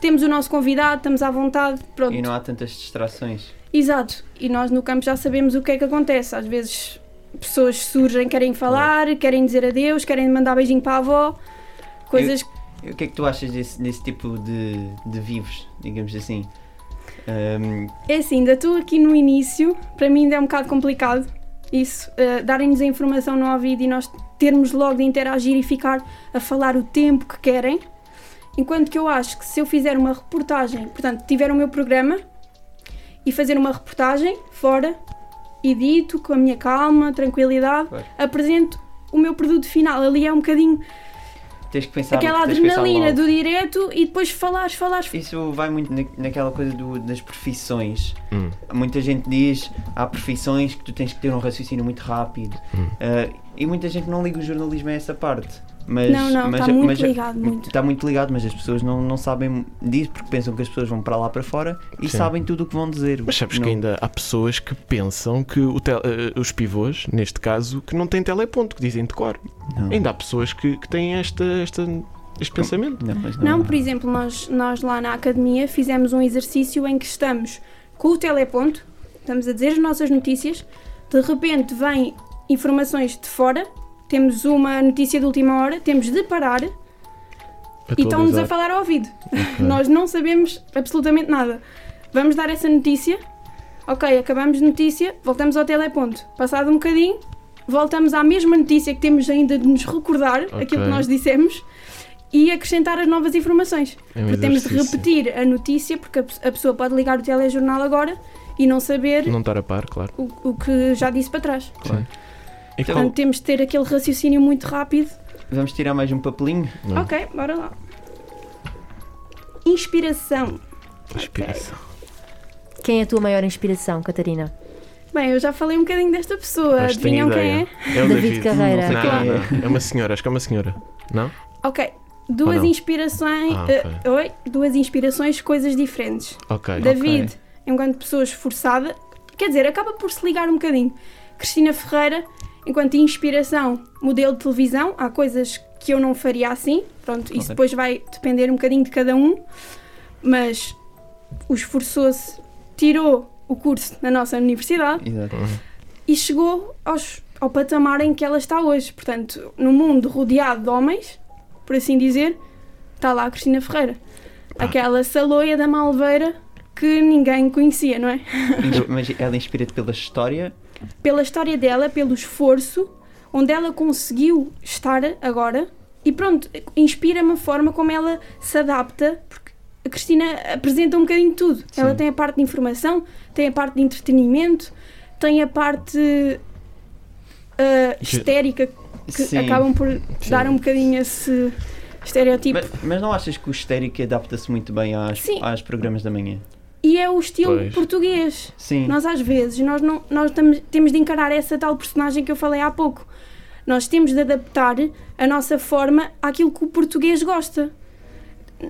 temos o nosso convidado, estamos à vontade, pronto. E não há tantas distrações. Exato. E nós no campo já sabemos o que é que acontece. Às vezes pessoas surgem, querem falar, querem dizer adeus, querem mandar beijinho para a avó. Coisas que E o que é que tu achas desse, desse tipo de, de vivos, digamos assim? Ahm, É assim, ainda estou aqui no início, para mim ainda é um bocado complicado isso, eh, darem-nos a informação no ouvido e nós termos logo de interagir e ficar a falar o tempo que querem. Enquanto que eu acho que se eu fizer uma reportagem, portanto, tiver o meu programa e fazer uma reportagem fora, edito, com a minha calma, tranquilidade, Claro. apresento o meu produto final. Ali é um bocadinho tens que pensar aquela tens que pensar adrenalina logo. do direto e depois falares, falares, Isso vai muito na- naquela coisa do- das profissões. Hum. Muita gente diz há profissões que tu tens que ter um raciocínio muito rápido. Hum. Ah, e muita gente não liga o jornalismo a essa parte. Mas, Não, não, mas, está muito mas- ligado, muito. Está muito ligado, mas as pessoas não, não sabem disso porque pensam que as pessoas vão para lá para fora e Sim. sabem tudo o que vão dizer. Mas sabes Não- que ainda há pessoas que pensam que o tel- eh, os pivôs, neste caso, que não têm teleponto, que dizem de cor. Não. Ainda há pessoas que, que têm esta, esta, este pensamento. Não, mas não. Não, por exemplo, nós, nós lá na academia fizemos um exercício em que estamos com o teleponto, estamos a dizer as nossas notícias, de repente vêm informações de fora, temos uma notícia de última hora, temos de parar e estão-nos então a Atualizar. falar ao ouvido. Nós não sabemos absolutamente nada. Vamos dar essa notícia, ok, acabamos de notícia, voltamos ao teleponto. Passado um bocadinho, voltamos à mesma notícia que temos ainda de nos recordar, aquilo Ok. que nós dissemos, e acrescentar as novas informações. É um Porque temos de exercício. repetir a notícia, porque a, pe- a pessoa pode ligar o telejornal agora e não saber Não Então- estar a par, claro. o, o que já disse para trás. Claro. E Então- qual- Portanto, temos de ter aquele raciocínio muito rápido. Vamos tirar mais um papelinho? Hum. Ok, bora lá. Inspiração. Inspiração. Quem é a tua maior inspiração, Catarina? Bem, eu já falei um bocadinho desta pessoa. Mas tenho Adivinham quem é? ideia. É o David David. Carreira. Não, Não sei quem não, É uma senhora, acho que é uma senhora. Não? Ok. Duas não? inspirações. Ah, eh, oi? Duas inspirações, coisas diferentes. Ok. David, enquanto pessoa esforçada, quer dizer, acaba por se ligar um bocadinho. Cristina Ferreira, enquanto inspiração, modelo de televisão, há coisas que eu não faria assim, pronto, isso Ok. depois vai depender um bocadinho de cada um, mas o esforçou-se, tirou o curso na nossa universidade é- Exato. e chegou aos- ao patamar em que ela está hoje. Portanto, no mundo rodeado de homens, por assim dizer, está lá a Cristina Ferreira. Aquela saloia da Malveira que ninguém conhecia, não é? Ins- Mas ela inspira-te pela história. Pela história dela, pelo esforço, onde ela conseguiu estar agora. E pronto, inspira-me a forma como ela se adapta, porque a Cristina apresenta um bocadinho tudo. Ela tem a parte de informação, tem a parte de entretenimento, tem a parte ah, histérica, que Sim. acabam por dar um bocadinho esse estereotipo. Mas, mas não achas que o histérico adapta-se muito bem às, Tipo, Sim. às programas da manhã? E é o estilo Pois. português. Sim. Nós às vezes nós não, nós tamo- temos de encarar essa tal personagem que eu falei há pouco. Nós temos de adaptar a nossa forma àquilo que o português gosta.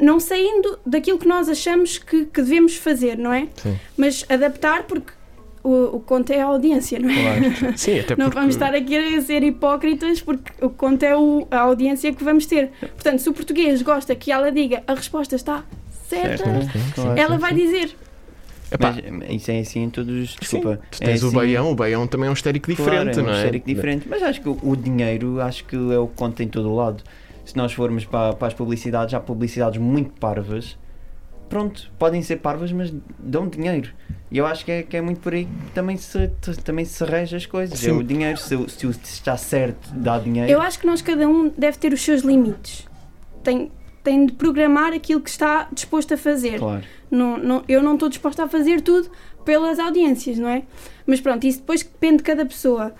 Não saindo daquilo que nós achamos que, que devemos fazer, não é? Sim. Mas adaptar porque o, o conto é a audiência, não é? Claro. Sim, até Não porque... vamos estar aqui a ser hipócritas porque o que conta é o- a audiência que vamos ter. Portanto, se o português gosta que ela diga a resposta está certa, Certo. Claro. ela vai dizer. Epá, Mas isso é assim em todos os. Desculpa. Tu é tens o assim- baião, o baião também é um estérico diferente, Claro, é um não é? histórico diferente. Mas acho que o dinheiro acho que é o que conta em todo o lado. Se nós formos para, para as publicidades, há publicidades muito parvas. Pronto, podem ser parvas, mas dão dinheiro. E eu acho que é, que é muito por aí que também se, t- também se rege as coisas. É Sim. o dinheiro, se, o- se o- se está certo, dá dinheiro. Eu acho que nós cada um deve ter os seus limites. Tem, tem de programar aquilo que está disposto a fazer. Claro. Não, não- eu não estou disposta a fazer tudo pelas audiências, não é? Mas pronto, isso depois depende de cada pessoa.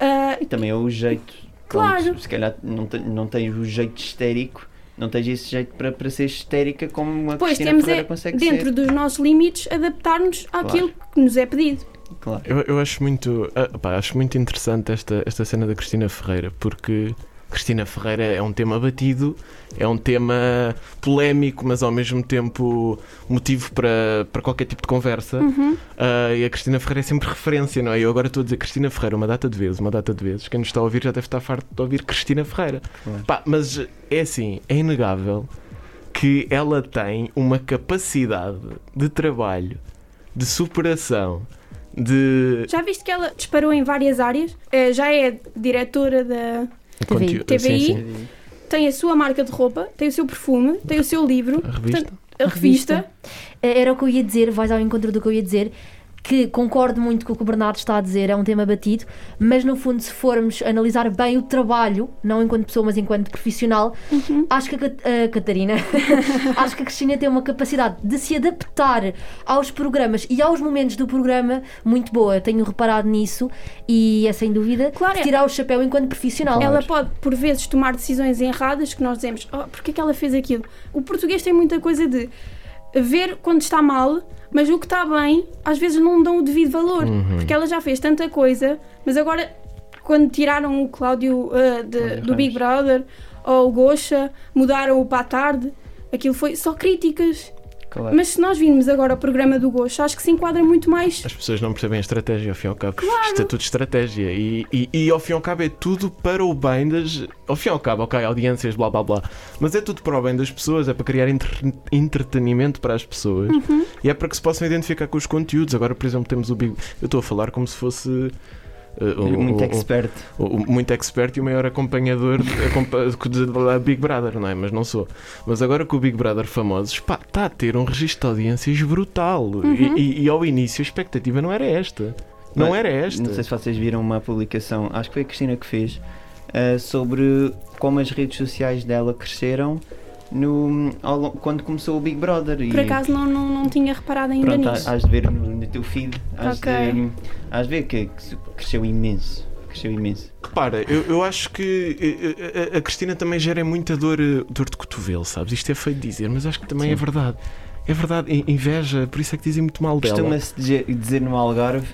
Ah, E também é o jeito. Claro. Pronto, se calhar não, te- não tens o jeito histérico, não tens esse jeito para, para ser histérica como uma depois Cristina temos Ferreira é, consegue dentro ser. dos nossos limites, adaptar-nos àquilo que nos é pedido. Claro. Eu, eu acho muito ah, pá, acho muito interessante esta, esta cena da Cristina Ferreira, porque Cristina Ferreira é um tema batido, é um tema polémico, mas ao mesmo tempo motivo para, para qualquer tipo de conversa. Ah, e a Cristina Ferreira é sempre referência, não é? Eu agora estou a dizer Cristina Ferreira uma data de vezes, uma data de vezes. Quem nos está a ouvir já deve estar farto de ouvir Cristina Ferreira. Claro. Pá, mas é assim, é inegável que ela tem uma capacidade de trabalho, de superação, de Já viste que ela disparou em várias áreas? Eh, Já é diretora da. Conteúdo- TVI. sim, sim. Tem a sua marca de roupa, tem o seu perfume, tem o seu livro, A revista. a revista. Eh, Era o que eu ia dizer, vais ao encontro do que eu ia dizer, que concordo muito com o que o Bernardo está a dizer, é um tema batido, mas no fundo, se formos analisar bem o trabalho, não enquanto pessoa, mas enquanto profissional, Uhum. acho que a, Cat- a Catarina, acho que a Cristina tem uma capacidade de se adaptar aos programas e aos momentos do programa muito boa. Tenho reparado nisso e é sem dúvida Claro, é. tirar o chapéu enquanto profissional. Ela pode, por vezes, tomar decisões erradas que nós dizemos, oh, porque é que ela fez aquilo? O português tem muita coisa de ver quando está mal, mas o que está bem, às vezes não dão o devido valor, Uhum. porque ela já fez tanta coisa, mas agora, quando tiraram o Cláudio ah, de- do Big Brother ou o Gosha, mudaram o para a tarde, aquilo foi só críticas. Claro. Mas se nós virmos agora o programa do Gosha, acho que se enquadra muito mais. As pessoas não percebem a estratégia, ao fim e ao cabo. Isto é tudo estratégia. E, e, e, ao fim e ao cabo é tudo para o bem das. Ao fim e ao cabo, ok, audiências, blá blá blá. Mas é tudo para o bem das pessoas, é para criar entre- entretenimento para as pessoas e é para que se possam identificar com os conteúdos. Agora, por exemplo, temos o Big. Eu estou a falar como se fosse. uh, o- Muito o- o- expert. o- o- muito expert e o maior acompanhador de, acompa- de- de Big Brother, não é? Mas não sou. Mas agora com o Big Brother famosos, pá, está a ter um registro de audiências brutal. E, Uhum. e- e ao início a expectativa não era esta. Não Mas, era esta. Não sei se vocês viram uma publicação, acho que foi a Cristina que fez, ah, sobre como as redes sociais dela cresceram no, ao lo- quando começou o Big Brother. e- Por acaso não, não, não tinha reparado ainda Pronto, nisso. hás de ver no, no teu feed, hás, de, Ok. hás de ver que, que se- cresceu imenso. Cresceu imenso. Repara, eu, eu acho que eh, a, a Cristina também gera muita dor, eh, dor de cotovelo, sabes? Isto é feio de dizer, mas acho que também é verdade. É verdade, in- inveja, por isso é que dizem muito mal dela. Costuma-se dizer, dizer no Algarve,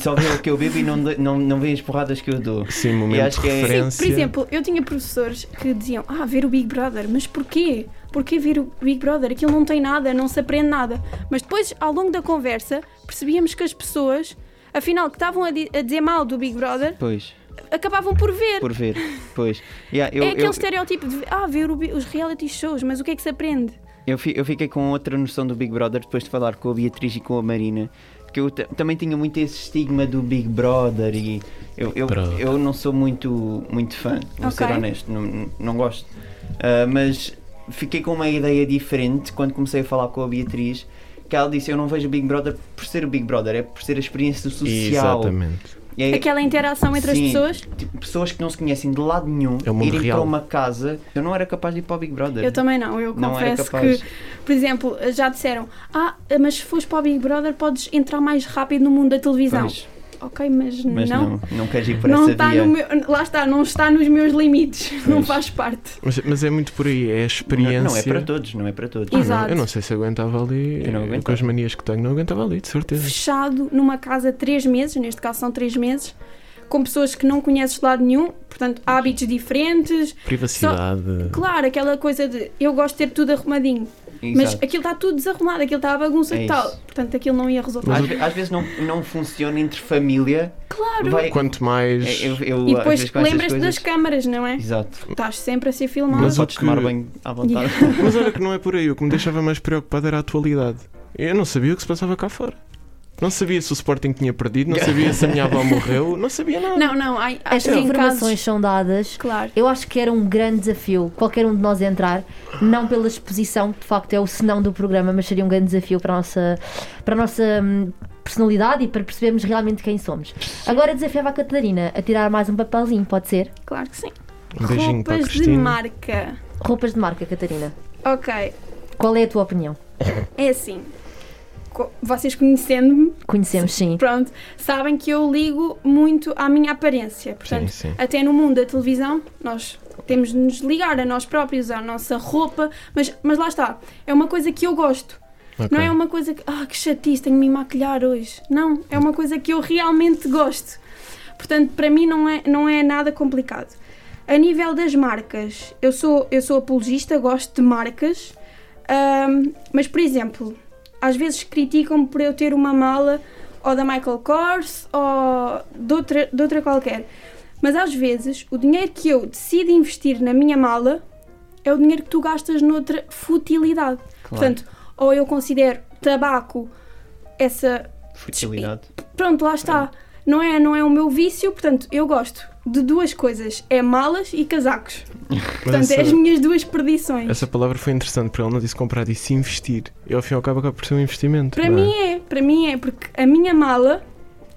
só vê o que eu bebo e não, de- não, não vê as porradas que eu dou. Sim, momento acho de que é- Sim, por Sim, referência. por exemplo, eu tinha professores que diziam: Ah, ver o Big Brother, mas porquê? Porquê ver o Big Brother? Aquilo não tem nada, não se aprende nada. Mas depois, ao longo da conversa, percebíamos que as pessoas, afinal, que estavam a, di- a dizer mal do Big Brother, Pois, acabavam por ver. por ver. Pois. Yeah, eu, é aquele eu- estereótipo de ah, ver o bi- os reality shows, mas o que é que se aprende? Eu, fi- eu fiquei com outra noção do Big Brother depois de falar com a Beatriz e com a Marina. Que eu ta- também tinha muito esse estigma do Big Brother e eu, eu, Brother. eu não sou muito, muito fã, vou ser Ok. honesto, não, não gosto. Ah, mas fiquei com uma ideia diferente quando comecei a falar com a Beatriz. Que ela disse: Eu não vejo o Big Brother por ser o Big Brother, é por ser a experiência social. Exatamente. E é- Aquela interação entre Sim, as pessoas. tipo, Pessoas que não se conhecem de lado nenhum É o mundo irem real. para uma casa. Eu não era capaz de ir para o Big Brother. Eu também não, eu Não era confesso capaz. que, por exemplo, já disseram: Ah, mas se fores para o Big Brother, podes entrar mais rápido no mundo da televisão. Pois, Ok, mas, mas não. não, não queres ir por não essa está via. no meu, lá está, não está nos meus limites, não faz parte. Mas, mas é muito por aí, é a experiência. Não, não é para todos, não é para todos. Ah, não, Exato. eu não sei se aguentava ali. Eu não aguentava. Com as manias que tenho, não aguentava ali, de certeza. Fechado numa casa três meses, neste caso são três meses, com pessoas que não conheces de lado nenhum, portanto, há hábitos diferentes. Privacidade. Claro, aquela coisa de eu gosto de ter tudo arrumadinho, mas é? Exato. aquilo está tudo desarrumado, aquilo está a bagunça É e tal. isso. Portanto, aquilo não ia resolver. Às, ve- às vezes não, não funciona entre família. Claro! Vai- Quanto mais. É, eu- eu, E às depois vezes com estas lembras-te coisas- das câmaras, não é? Exato. Estás sempre a ser filmado. Mas Mas o podes que- tomar banho à vontade. Mas olha que não é por aí. O que me deixava mais preocupado era a atualidade. Eu não sabia o que se passava cá fora. Não sabia se o Sporting tinha perdido, não sabia se a minha avó morreu, não sabia nada. Não, não, há, há Estas tem informações casos. são dadas Claro. Eu acho que era um grande desafio qualquer um de nós entrar, não pela exposição, que de facto é o senão do programa, mas seria um grande desafio para a nossa, para a nossa hum, personalidade e para percebermos realmente quem somos. Agora desafiava a Catarina a tirar mais um papelzinho, pode ser? Claro que sim. Um beijinho para a Roupas de Cristina. marca. Roupas de marca, Catarina. Ok, Qual é a tua opinião? é assim. Co- Vocês conhecendo-me, Conhecemos sim. pronto, sabem que eu ligo muito à minha aparência. Portanto, sim. até no mundo da televisão, nós temos de nos ligar a nós próprios, à nossa roupa, mas, mas lá está. É uma coisa que eu gosto. Ok. Não é uma coisa que, ah, que chatice, tenho de me maquilhar hoje. Não, é uma coisa que eu realmente gosto. Portanto, para mim não é, não é nada complicado. A nível das marcas, eu sou, eu sou apologista, gosto de marcas, ahm, mas, por exemplo, às vezes criticam-me por eu ter uma mala ou da Michael Kors ou de outra, de outra qualquer. Mas às vezes, o dinheiro que eu decido investir na minha mala é o dinheiro que tu gastas noutra futilidade. Portanto, ou eu considero tabaco essa. Futilidade. Pronto, lá está. Não é, não é o meu vício, portanto, eu gosto de duas coisas: é malas e casacos. Mas Portanto, é as minhas duas perdições. Essa palavra foi interessante para ele, não disse comprar, disse investir. E ao fim e ao cabo acaba por ser um investimento. Para não é? mim é, para mim é, porque a minha mala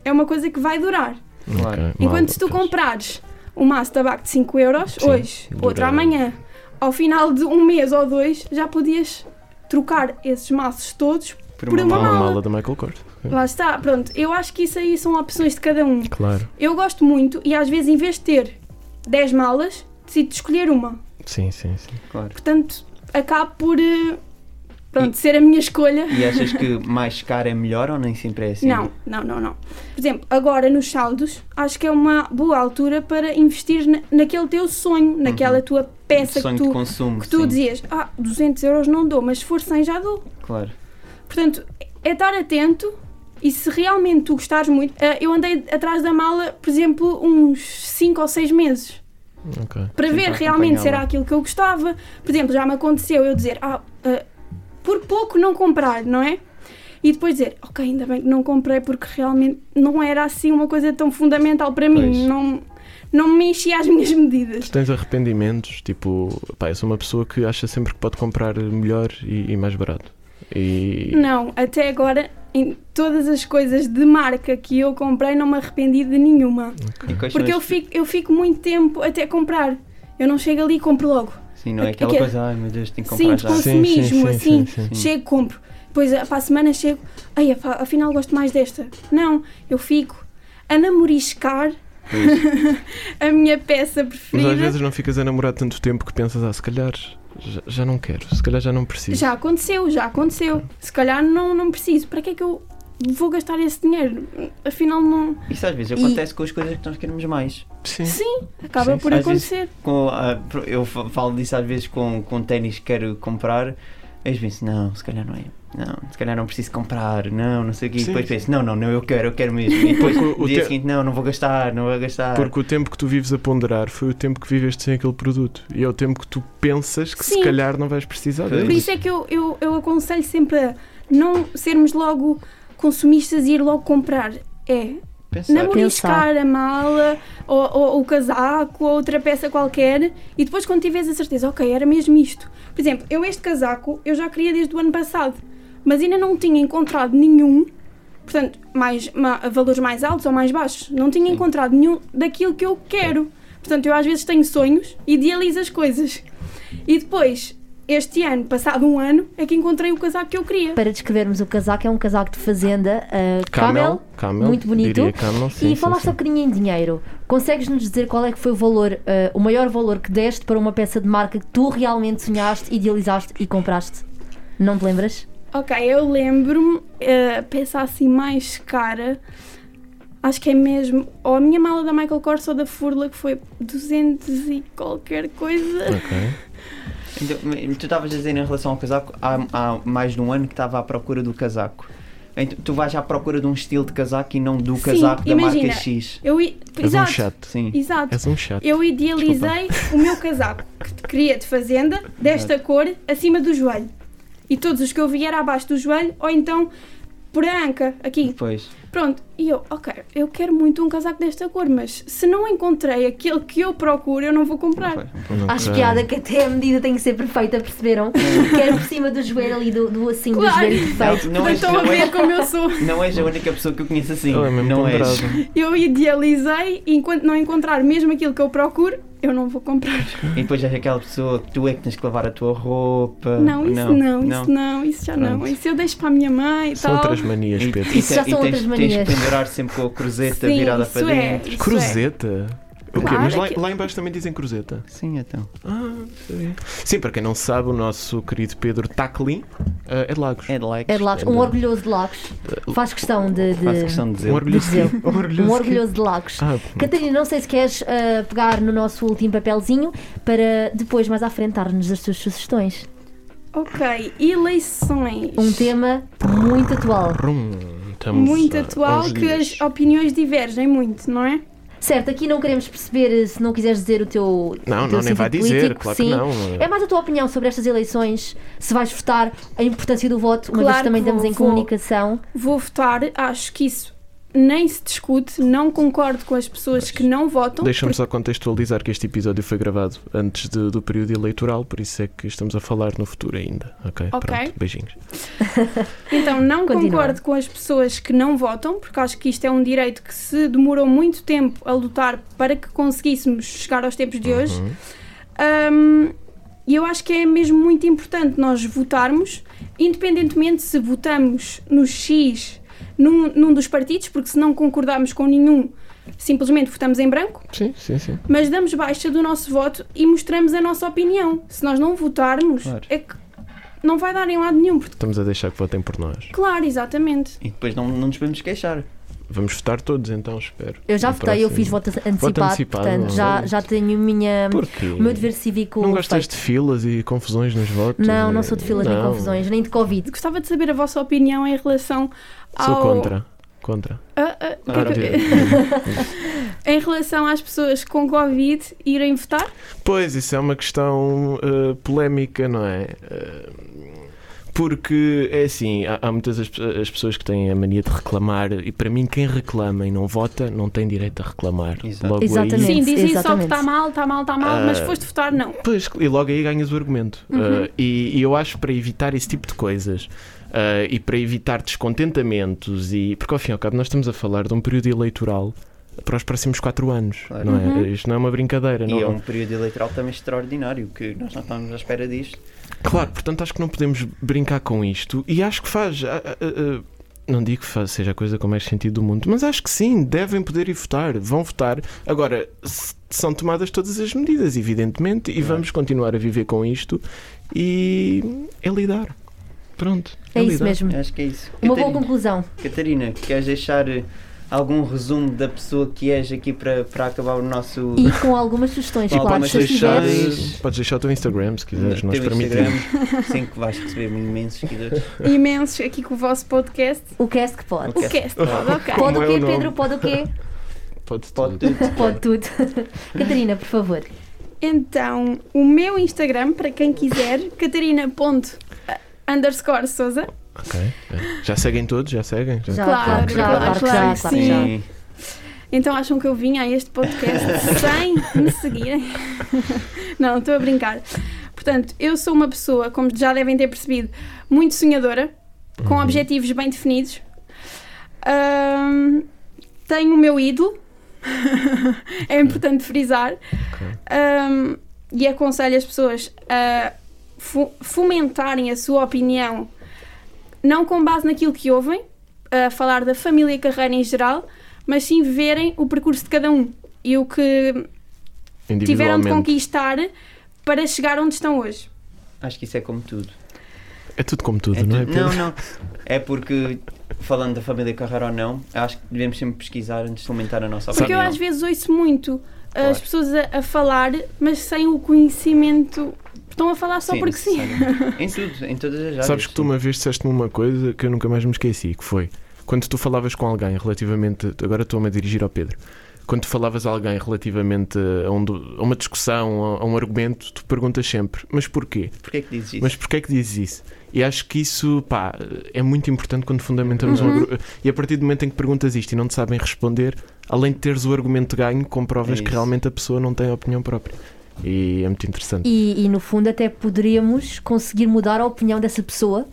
é uma coisa que vai durar. Claro. Ok, Enquanto malta, se tu pois. comprares um maço de tabaco de 5 euros Sim, hoje, dura- outro amanhã, ao final de um mês ou dois, já podias trocar esses maços todos. Por por uma uma Ah, uma mala. mala da Michael Kors. Lá está, pronto. Eu acho que isso aí são opções de cada um. Claro, Eu gosto muito e às vezes, em vez de ter 10 malas, decido escolher uma. sim, sim, sim. um- Claro. Portanto, acabo por. eh, Pronto, ser a minha escolha. E achas que mais caro é melhor ou nem sempre é assim? Não, não, não, não. Por exemplo, agora nos saldos, acho que é uma boa altura para investir na- naquele teu sonho, naquela tua peça Uhum. Sonho que de tu, consumo. que tu sim, dizias, ah, 200 euros não dou, mas se for 100 já dou. Claro. Portanto, é estar atento e se realmente tu gostares muito. eh, Eu andei atrás da mala, por exemplo, uns 5 ou 6 meses. Ok. Para Sim, ver para realmente se acompanhá-la. era aquilo que eu gostava. Por exemplo, já me aconteceu eu dizer, ah, eh, por pouco não comprar, não é? E depois dizer, ok, ainda bem que não comprei porque realmente não era assim uma coisa tão fundamental para Pois. mim. Não, não me enchia as minhas medidas. Tu tens arrependimentos, tipo, pá, eu sou uma pessoa que acha sempre que pode comprar melhor e, e mais barato. E Não, até agora, em todas as coisas de marca que eu comprei, não me arrependi de nenhuma. E quais são Porque eu as- fico, eu fico muito tempo até comprar. Eu não chego ali e compro logo. Sim, não é Aqu- aquela aquele- coisa, ai meu Deus, tenho que Sim, comprar de já. consumismo, Sim, sim, sim, assim. sim, sim. Chego, compro. Depois, a- para a semana, chego. Ai, afa- afinal, gosto mais desta. Não, eu fico a namoriscar a minha mas peça às preferida. vezes não ficas a namorar tanto tempo que pensas, ah, se calhar já, já não quero, se calhar já não preciso. Já aconteceu, já aconteceu. Se calhar não, não preciso. Para que é que eu vou gastar esse dinheiro? Afinal, não. Isso às vezes E- acontece com as coisas que nós queremos mais. Sim. Sim, acaba Sim, por sim. acontecer. Com a- pro- eu fa- falo disso às vezes com, com ténis que quero comprar. Eles pensam, não, se calhar não é. Não, se calhar não preciso comprar, não, não sei o quê. E Sim. depois penso, não, não, não, eu quero, eu quero mesmo. E depois Porque o o dia te- seguinte, não, não vou gastar, não vou gastar. Porque o tempo que tu vives a ponderar foi o tempo que viveste sem aquele produto. E é o tempo que tu pensas que se Sim. calhar não vais precisar Pois. Por dele. isso é que eu, eu, eu aconselho sempre a não sermos logo consumistas e ir logo comprar. É Pensar. namoriscar a mala ou, ou o casaco ou outra peça qualquer e depois quando tiveres a certeza, ok, era mesmo isto. Por exemplo, eu este casaco eu já queria desde o ano passado, mas ainda não tinha encontrado nenhum, portanto, mais, ma- valores mais altos ou mais baixos, não tinha encontrado nenhum daquilo que eu quero. Portanto, eu às vezes tenho sonhos, idealizo as coisas. E depois, este ano, passado um ano, é que encontrei o casaco que eu queria. Para descrevermos o casaco, é um casaco de fazenda, uh, camel. Camel, camel, muito bonito. Diria camel, sim, e falar sim, só um bocadinho em dinheiro, consegues-nos dizer qual é que foi o valor, eh, o maior valor que deste para uma peça de marca que tu realmente sonhaste, idealizaste e compraste? Não te lembras? Ok, eu lembro-me, eh, a peça assim mais cara, Acho que é mesmo. Ou a minha mala da Michael Kors ou da Furla, que foi 200 e qualquer coisa. Ok. Então, mas tu estavas a dizer em relação ao casaco, há, há mais de um ano que estava à procura do casaco. Então, tu vais à procura de um estilo de casaco e não do Sim, casaco da imagina. marca X. Eu i- És um Exato. chato. Sim. Exato. És um chato. Eu idealizei o meu casaco, que queria de fazenda, desta cor, acima do joelho. E todos os que eu vi era abaixo do joelho, ou então por a anca, aqui. Pois. Pronto, e eu, ok, eu quero muito um casaco desta cor, mas se não encontrei aquele que eu procuro, eu não vou comprar. Não foi. Não Acho creio. piada que até a medida tem que ser perfeita, perceberam? Quero por cima do joelho ali, do, do assim Claro. do joelho perfeito. Não, não, és, Estão a não, é. ver és, como eu sou. não és a única pessoa que eu conheço assim. Ele é mesmo não és. ponderado. Eu idealizei, e enquanto não encontrar mesmo aquilo que eu procuro, eu não vou comprar. E depois és aquela pessoa que tu é que tens que lavar a tua roupa. Não, isso não, isso não, isso já não. Pronto. Isso eu deixo para a minha mãe e São tal. outras manias, E, Pedro. e, Isso já te- são e tens, outras tens que manias. pendurar sempre com a cruzeta Sim, virada isso para é, dentro. isso é. Cruzeta? O quê? Claro, é Mas lá, aquilo- lá em baixo também dizem cruzeta. Sim, então. Ah, sabia. Sim, para quem não sabe, o nosso querido Pedro Taclin ah, é de Lagos. É de likes. É de Lagos, um orgulhoso de Lagos. Faz questão de. de- Faz questão de dizer. Um orgulhoso. Dizer. Um orgulhoso. Um orgulhoso de Lagos. Ah, Catarina, não sei se queres ah, pegar no nosso último papelzinho para depois, mais à frente, dar-nos as tuas sugestões. Ok, eleições. Um tema muito atual. brum, estamos muito a- atual aos que dias. as opiniões divergem muito, não é? Certo, aqui não queremos perceber eh, se não quiseres dizer o teu. Não, o teu não, nem vai sentido dizer, político, claro sim. que não. É mais a tua opinião sobre estas eleições, se vais votar, a importância do voto, uma Claro vez que também que vou, estamos em vou. comunicação. Vou votar, acho que isso nem se discute, não concordo com as pessoas que não votam. Deixa-me só contextualizar que este episódio foi gravado antes de- do período eleitoral, por isso é que estamos a falar no futuro ainda. Ok, Ok. pronto, beijinhos. Então, não Continua. concordo com as pessoas que não votam, porque acho que isto é um direito que se demorou muito tempo a lutar para que conseguíssemos chegar aos tempos de hoje. Uhum. Hum, E eu acho que é mesmo muito importante nós votarmos, independentemente se votamos no X num, num dos partidos, porque se não concordarmos com nenhum, simplesmente votamos em branco, Sim, sim, sim. mas damos baixa do nosso voto e mostramos a nossa opinião. Se nós não votarmos, Claro. é que não vai dar em lado nenhum. Porque, Estamos a deixar que votem por nós. claro, exatamente. E depois não, não nos podemos queixar. Vamos votar todos então, espero. Eu já No votei, eu próximo. fiz voto antecipado, antecipado, portanto, já, não. já tenho minha, Porquê? o meu dever cívico. Não gostas feito. de filas e confusões nos votos? Não, E- não sou de filas nem Não. confusões, nem de Covid. Gostava de saber a vossa opinião em relação Sou ao. contra. Contra. Ah, ah, o que é que- Contra. em relação às pessoas com Covid irem votar? Pois, isso é uma questão eh, polémica, não é? Eh, porque é assim, há, há muitas as, pe- as pessoas que têm a mania de reclamar, e para mim, quem reclama e não vota não tem direito a reclamar. Exato. Logo Exatamente. aí. Sim, dizem só que exatamente. está mal, está mal, está mal, mas Ah. foste votar, não. Pois, e logo aí ganhas o argumento. Eh, e, e eu acho para evitar esse tipo de coisas. eh, e para evitar descontentamentos e porque ao fim e ao cabo nós estamos a falar de um período eleitoral para os próximos quatro anos Claro. não é? isto não é uma brincadeira não E é um período eleitoral também extraordinário, que nós não estávamos à espera disto. Claro, portanto acho que não podemos brincar com isto e acho que faz. ah, ah, ah, não digo que faz, seja a coisa com mais sentido do mundo, mas acho que sim, devem poder ir votar, vão votar. Agora, se- são tomadas todas as medidas, evidentemente, e vamos continuar a viver com isto e é lidar. Pronto. É isso lidar. mesmo. Acho que é isso. Uma boa Catarina, conclusão. Catarina, queres deixar eh, algum resumo da pessoa que és aqui para, para acabar o nosso. E com algumas sugestões, Com claro, algumas Podes se deixar, tiveres. tiveres- podes deixar o teu Instagram se quiseres, teu nós permitimos. Instagram, Sim, que vais receber imensos seguidores. Imensos aqui com o vosso podcast. O que é que pode? O O Podcast. que é pode, ok. Pode Como o é o quê, nome? Pedro? Pode o quê? Pode Pode tudo. tudo. Pode tudo. Catarina, por favor. Então, o meu Instagram, para quem quiser, catarina. ponto, ah, Underscore Souza. Ok. ok. Já seguem todos? Já seguem? Já, Claro, claro, que já, claro, claro, que já, claro que claro que já. Sim. Então acham que eu vim a este podcast sem me seguirem? Não, estou a brincar. Portanto, eu sou uma pessoa, como já devem ter percebido, muito sonhadora, com objetivos bem definidos. Ahm, tenho o meu ídolo, é importante frisar, Ahm, e aconselho as pessoas a fu- fomentarem a sua opinião, não com base naquilo que ouvem, a falar da família e carreira em geral, mas sim verem o percurso de cada um e o que tiveram de Individualmente. conquistar para chegar onde estão hoje. Acho que isso é como tudo. É tudo como tudo, É não é? tudo- Pedro? não, não. É porque falando da família Carrara ou não, acho que devemos sempre pesquisar antes de fomentar a nossa Porque eu opinião. às vezes ouço muito Claro. as pessoas a, a falar, mas sem o conhecimento. Estão a falar só porque sim. necessariamente. Em tudo, em todas as áreas. Sabes que tu sim. uma vez disseste-me uma coisa que eu nunca mais me esqueci, que foi quando tu falavas com alguém relativamente. Agora estou-me a dirigir ao Pedro. Quando tu falavas a alguém relativamente a, um do- a uma discussão, a, a um argumento, tu perguntas sempre, mas porquê? Porquê é que dizes isso? Mas porquê é que dizes isso? E acho que isso, pá, é muito importante quando fundamentamos Uhum. um grupo. E a partir do momento em que perguntas isto e não te sabem responder, além de teres o argumento ganho, comprovas É que isso. realmente a pessoa não tem opinião própria. E é muito interessante. E, e, no fundo até poderíamos conseguir mudar a opinião dessa pessoa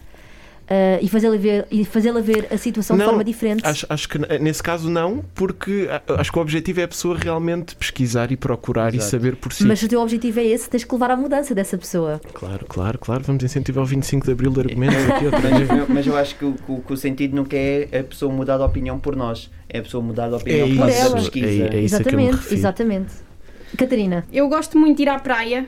ah, e fazê-la ver, e fazê-la ver a situação Não, de forma diferente. Acho, acho que n- nesse caso não, porque a- acho que o objetivo é a pessoa realmente pesquisar e procurar e Exato. saber por si. Mas se o teu objetivo é esse, tens que levar à mudança dessa pessoa. Claro, claro, claro. Vamos incentivar o 25 de Abril de argumentos aqui outra vez. Mas, eu- mas eu acho que o, que o- que o sentido nunca é a pessoa mudar de opinião por nós, é a pessoa mudar de opinião por isso, causa da é- pesquisa. é isso a que eu me exatamente, refiro. exatamente. Catarina, Eu gosto muito de ir à praia,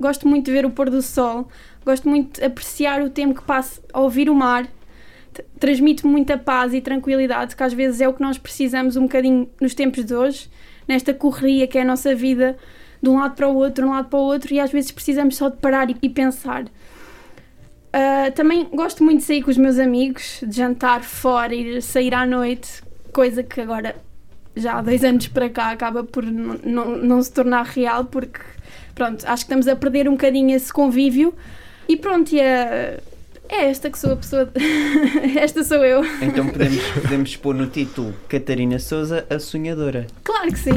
gosto muito de ver o pôr do sol, gosto muito de apreciar o tempo que passo a ouvir o mar. T- Transmite muita paz e tranquilidade, que às vezes é o que nós precisamos um bocadinho nos tempos de hoje, nesta correria que é a nossa vida, de um lado para o outro, de um lado para o outro, e às vezes precisamos só de parar e, e pensar. Ah, também gosto muito de sair com os meus amigos, de jantar fora, ir sair à noite, coisa que agora já há dois anos para cá acaba por n- não não se tornar real porque pronto, acho que estamos a perder um bocadinho esse convívio e pronto, e a- é esta que sou a pessoa esta sou eu, Então podemos, podemos expor no título Catarina Souza, a sonhadora. claro que sim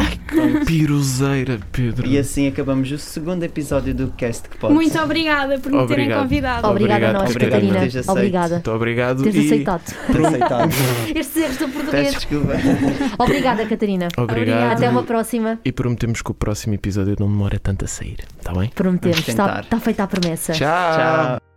Piruzeira, Pedro. E assim acabamos o segundo episódio do Cast que pode. muito obrigada por me terem Obrigado. convidado obrigada a nós, obrigado, Catarina. teres aceito. Obrigada. Muito obrigado. Teres e- aceitado. aceitado. Estes erros do Peço português. desculpa. Obrigada, Catarina. Obrigado. Até uma próxima. E prometemos que o próximo episódio não demora tanto a sair, está bem? Prometemos, Vamos tentar. está, está feita a promessa. Tchau. Tchau.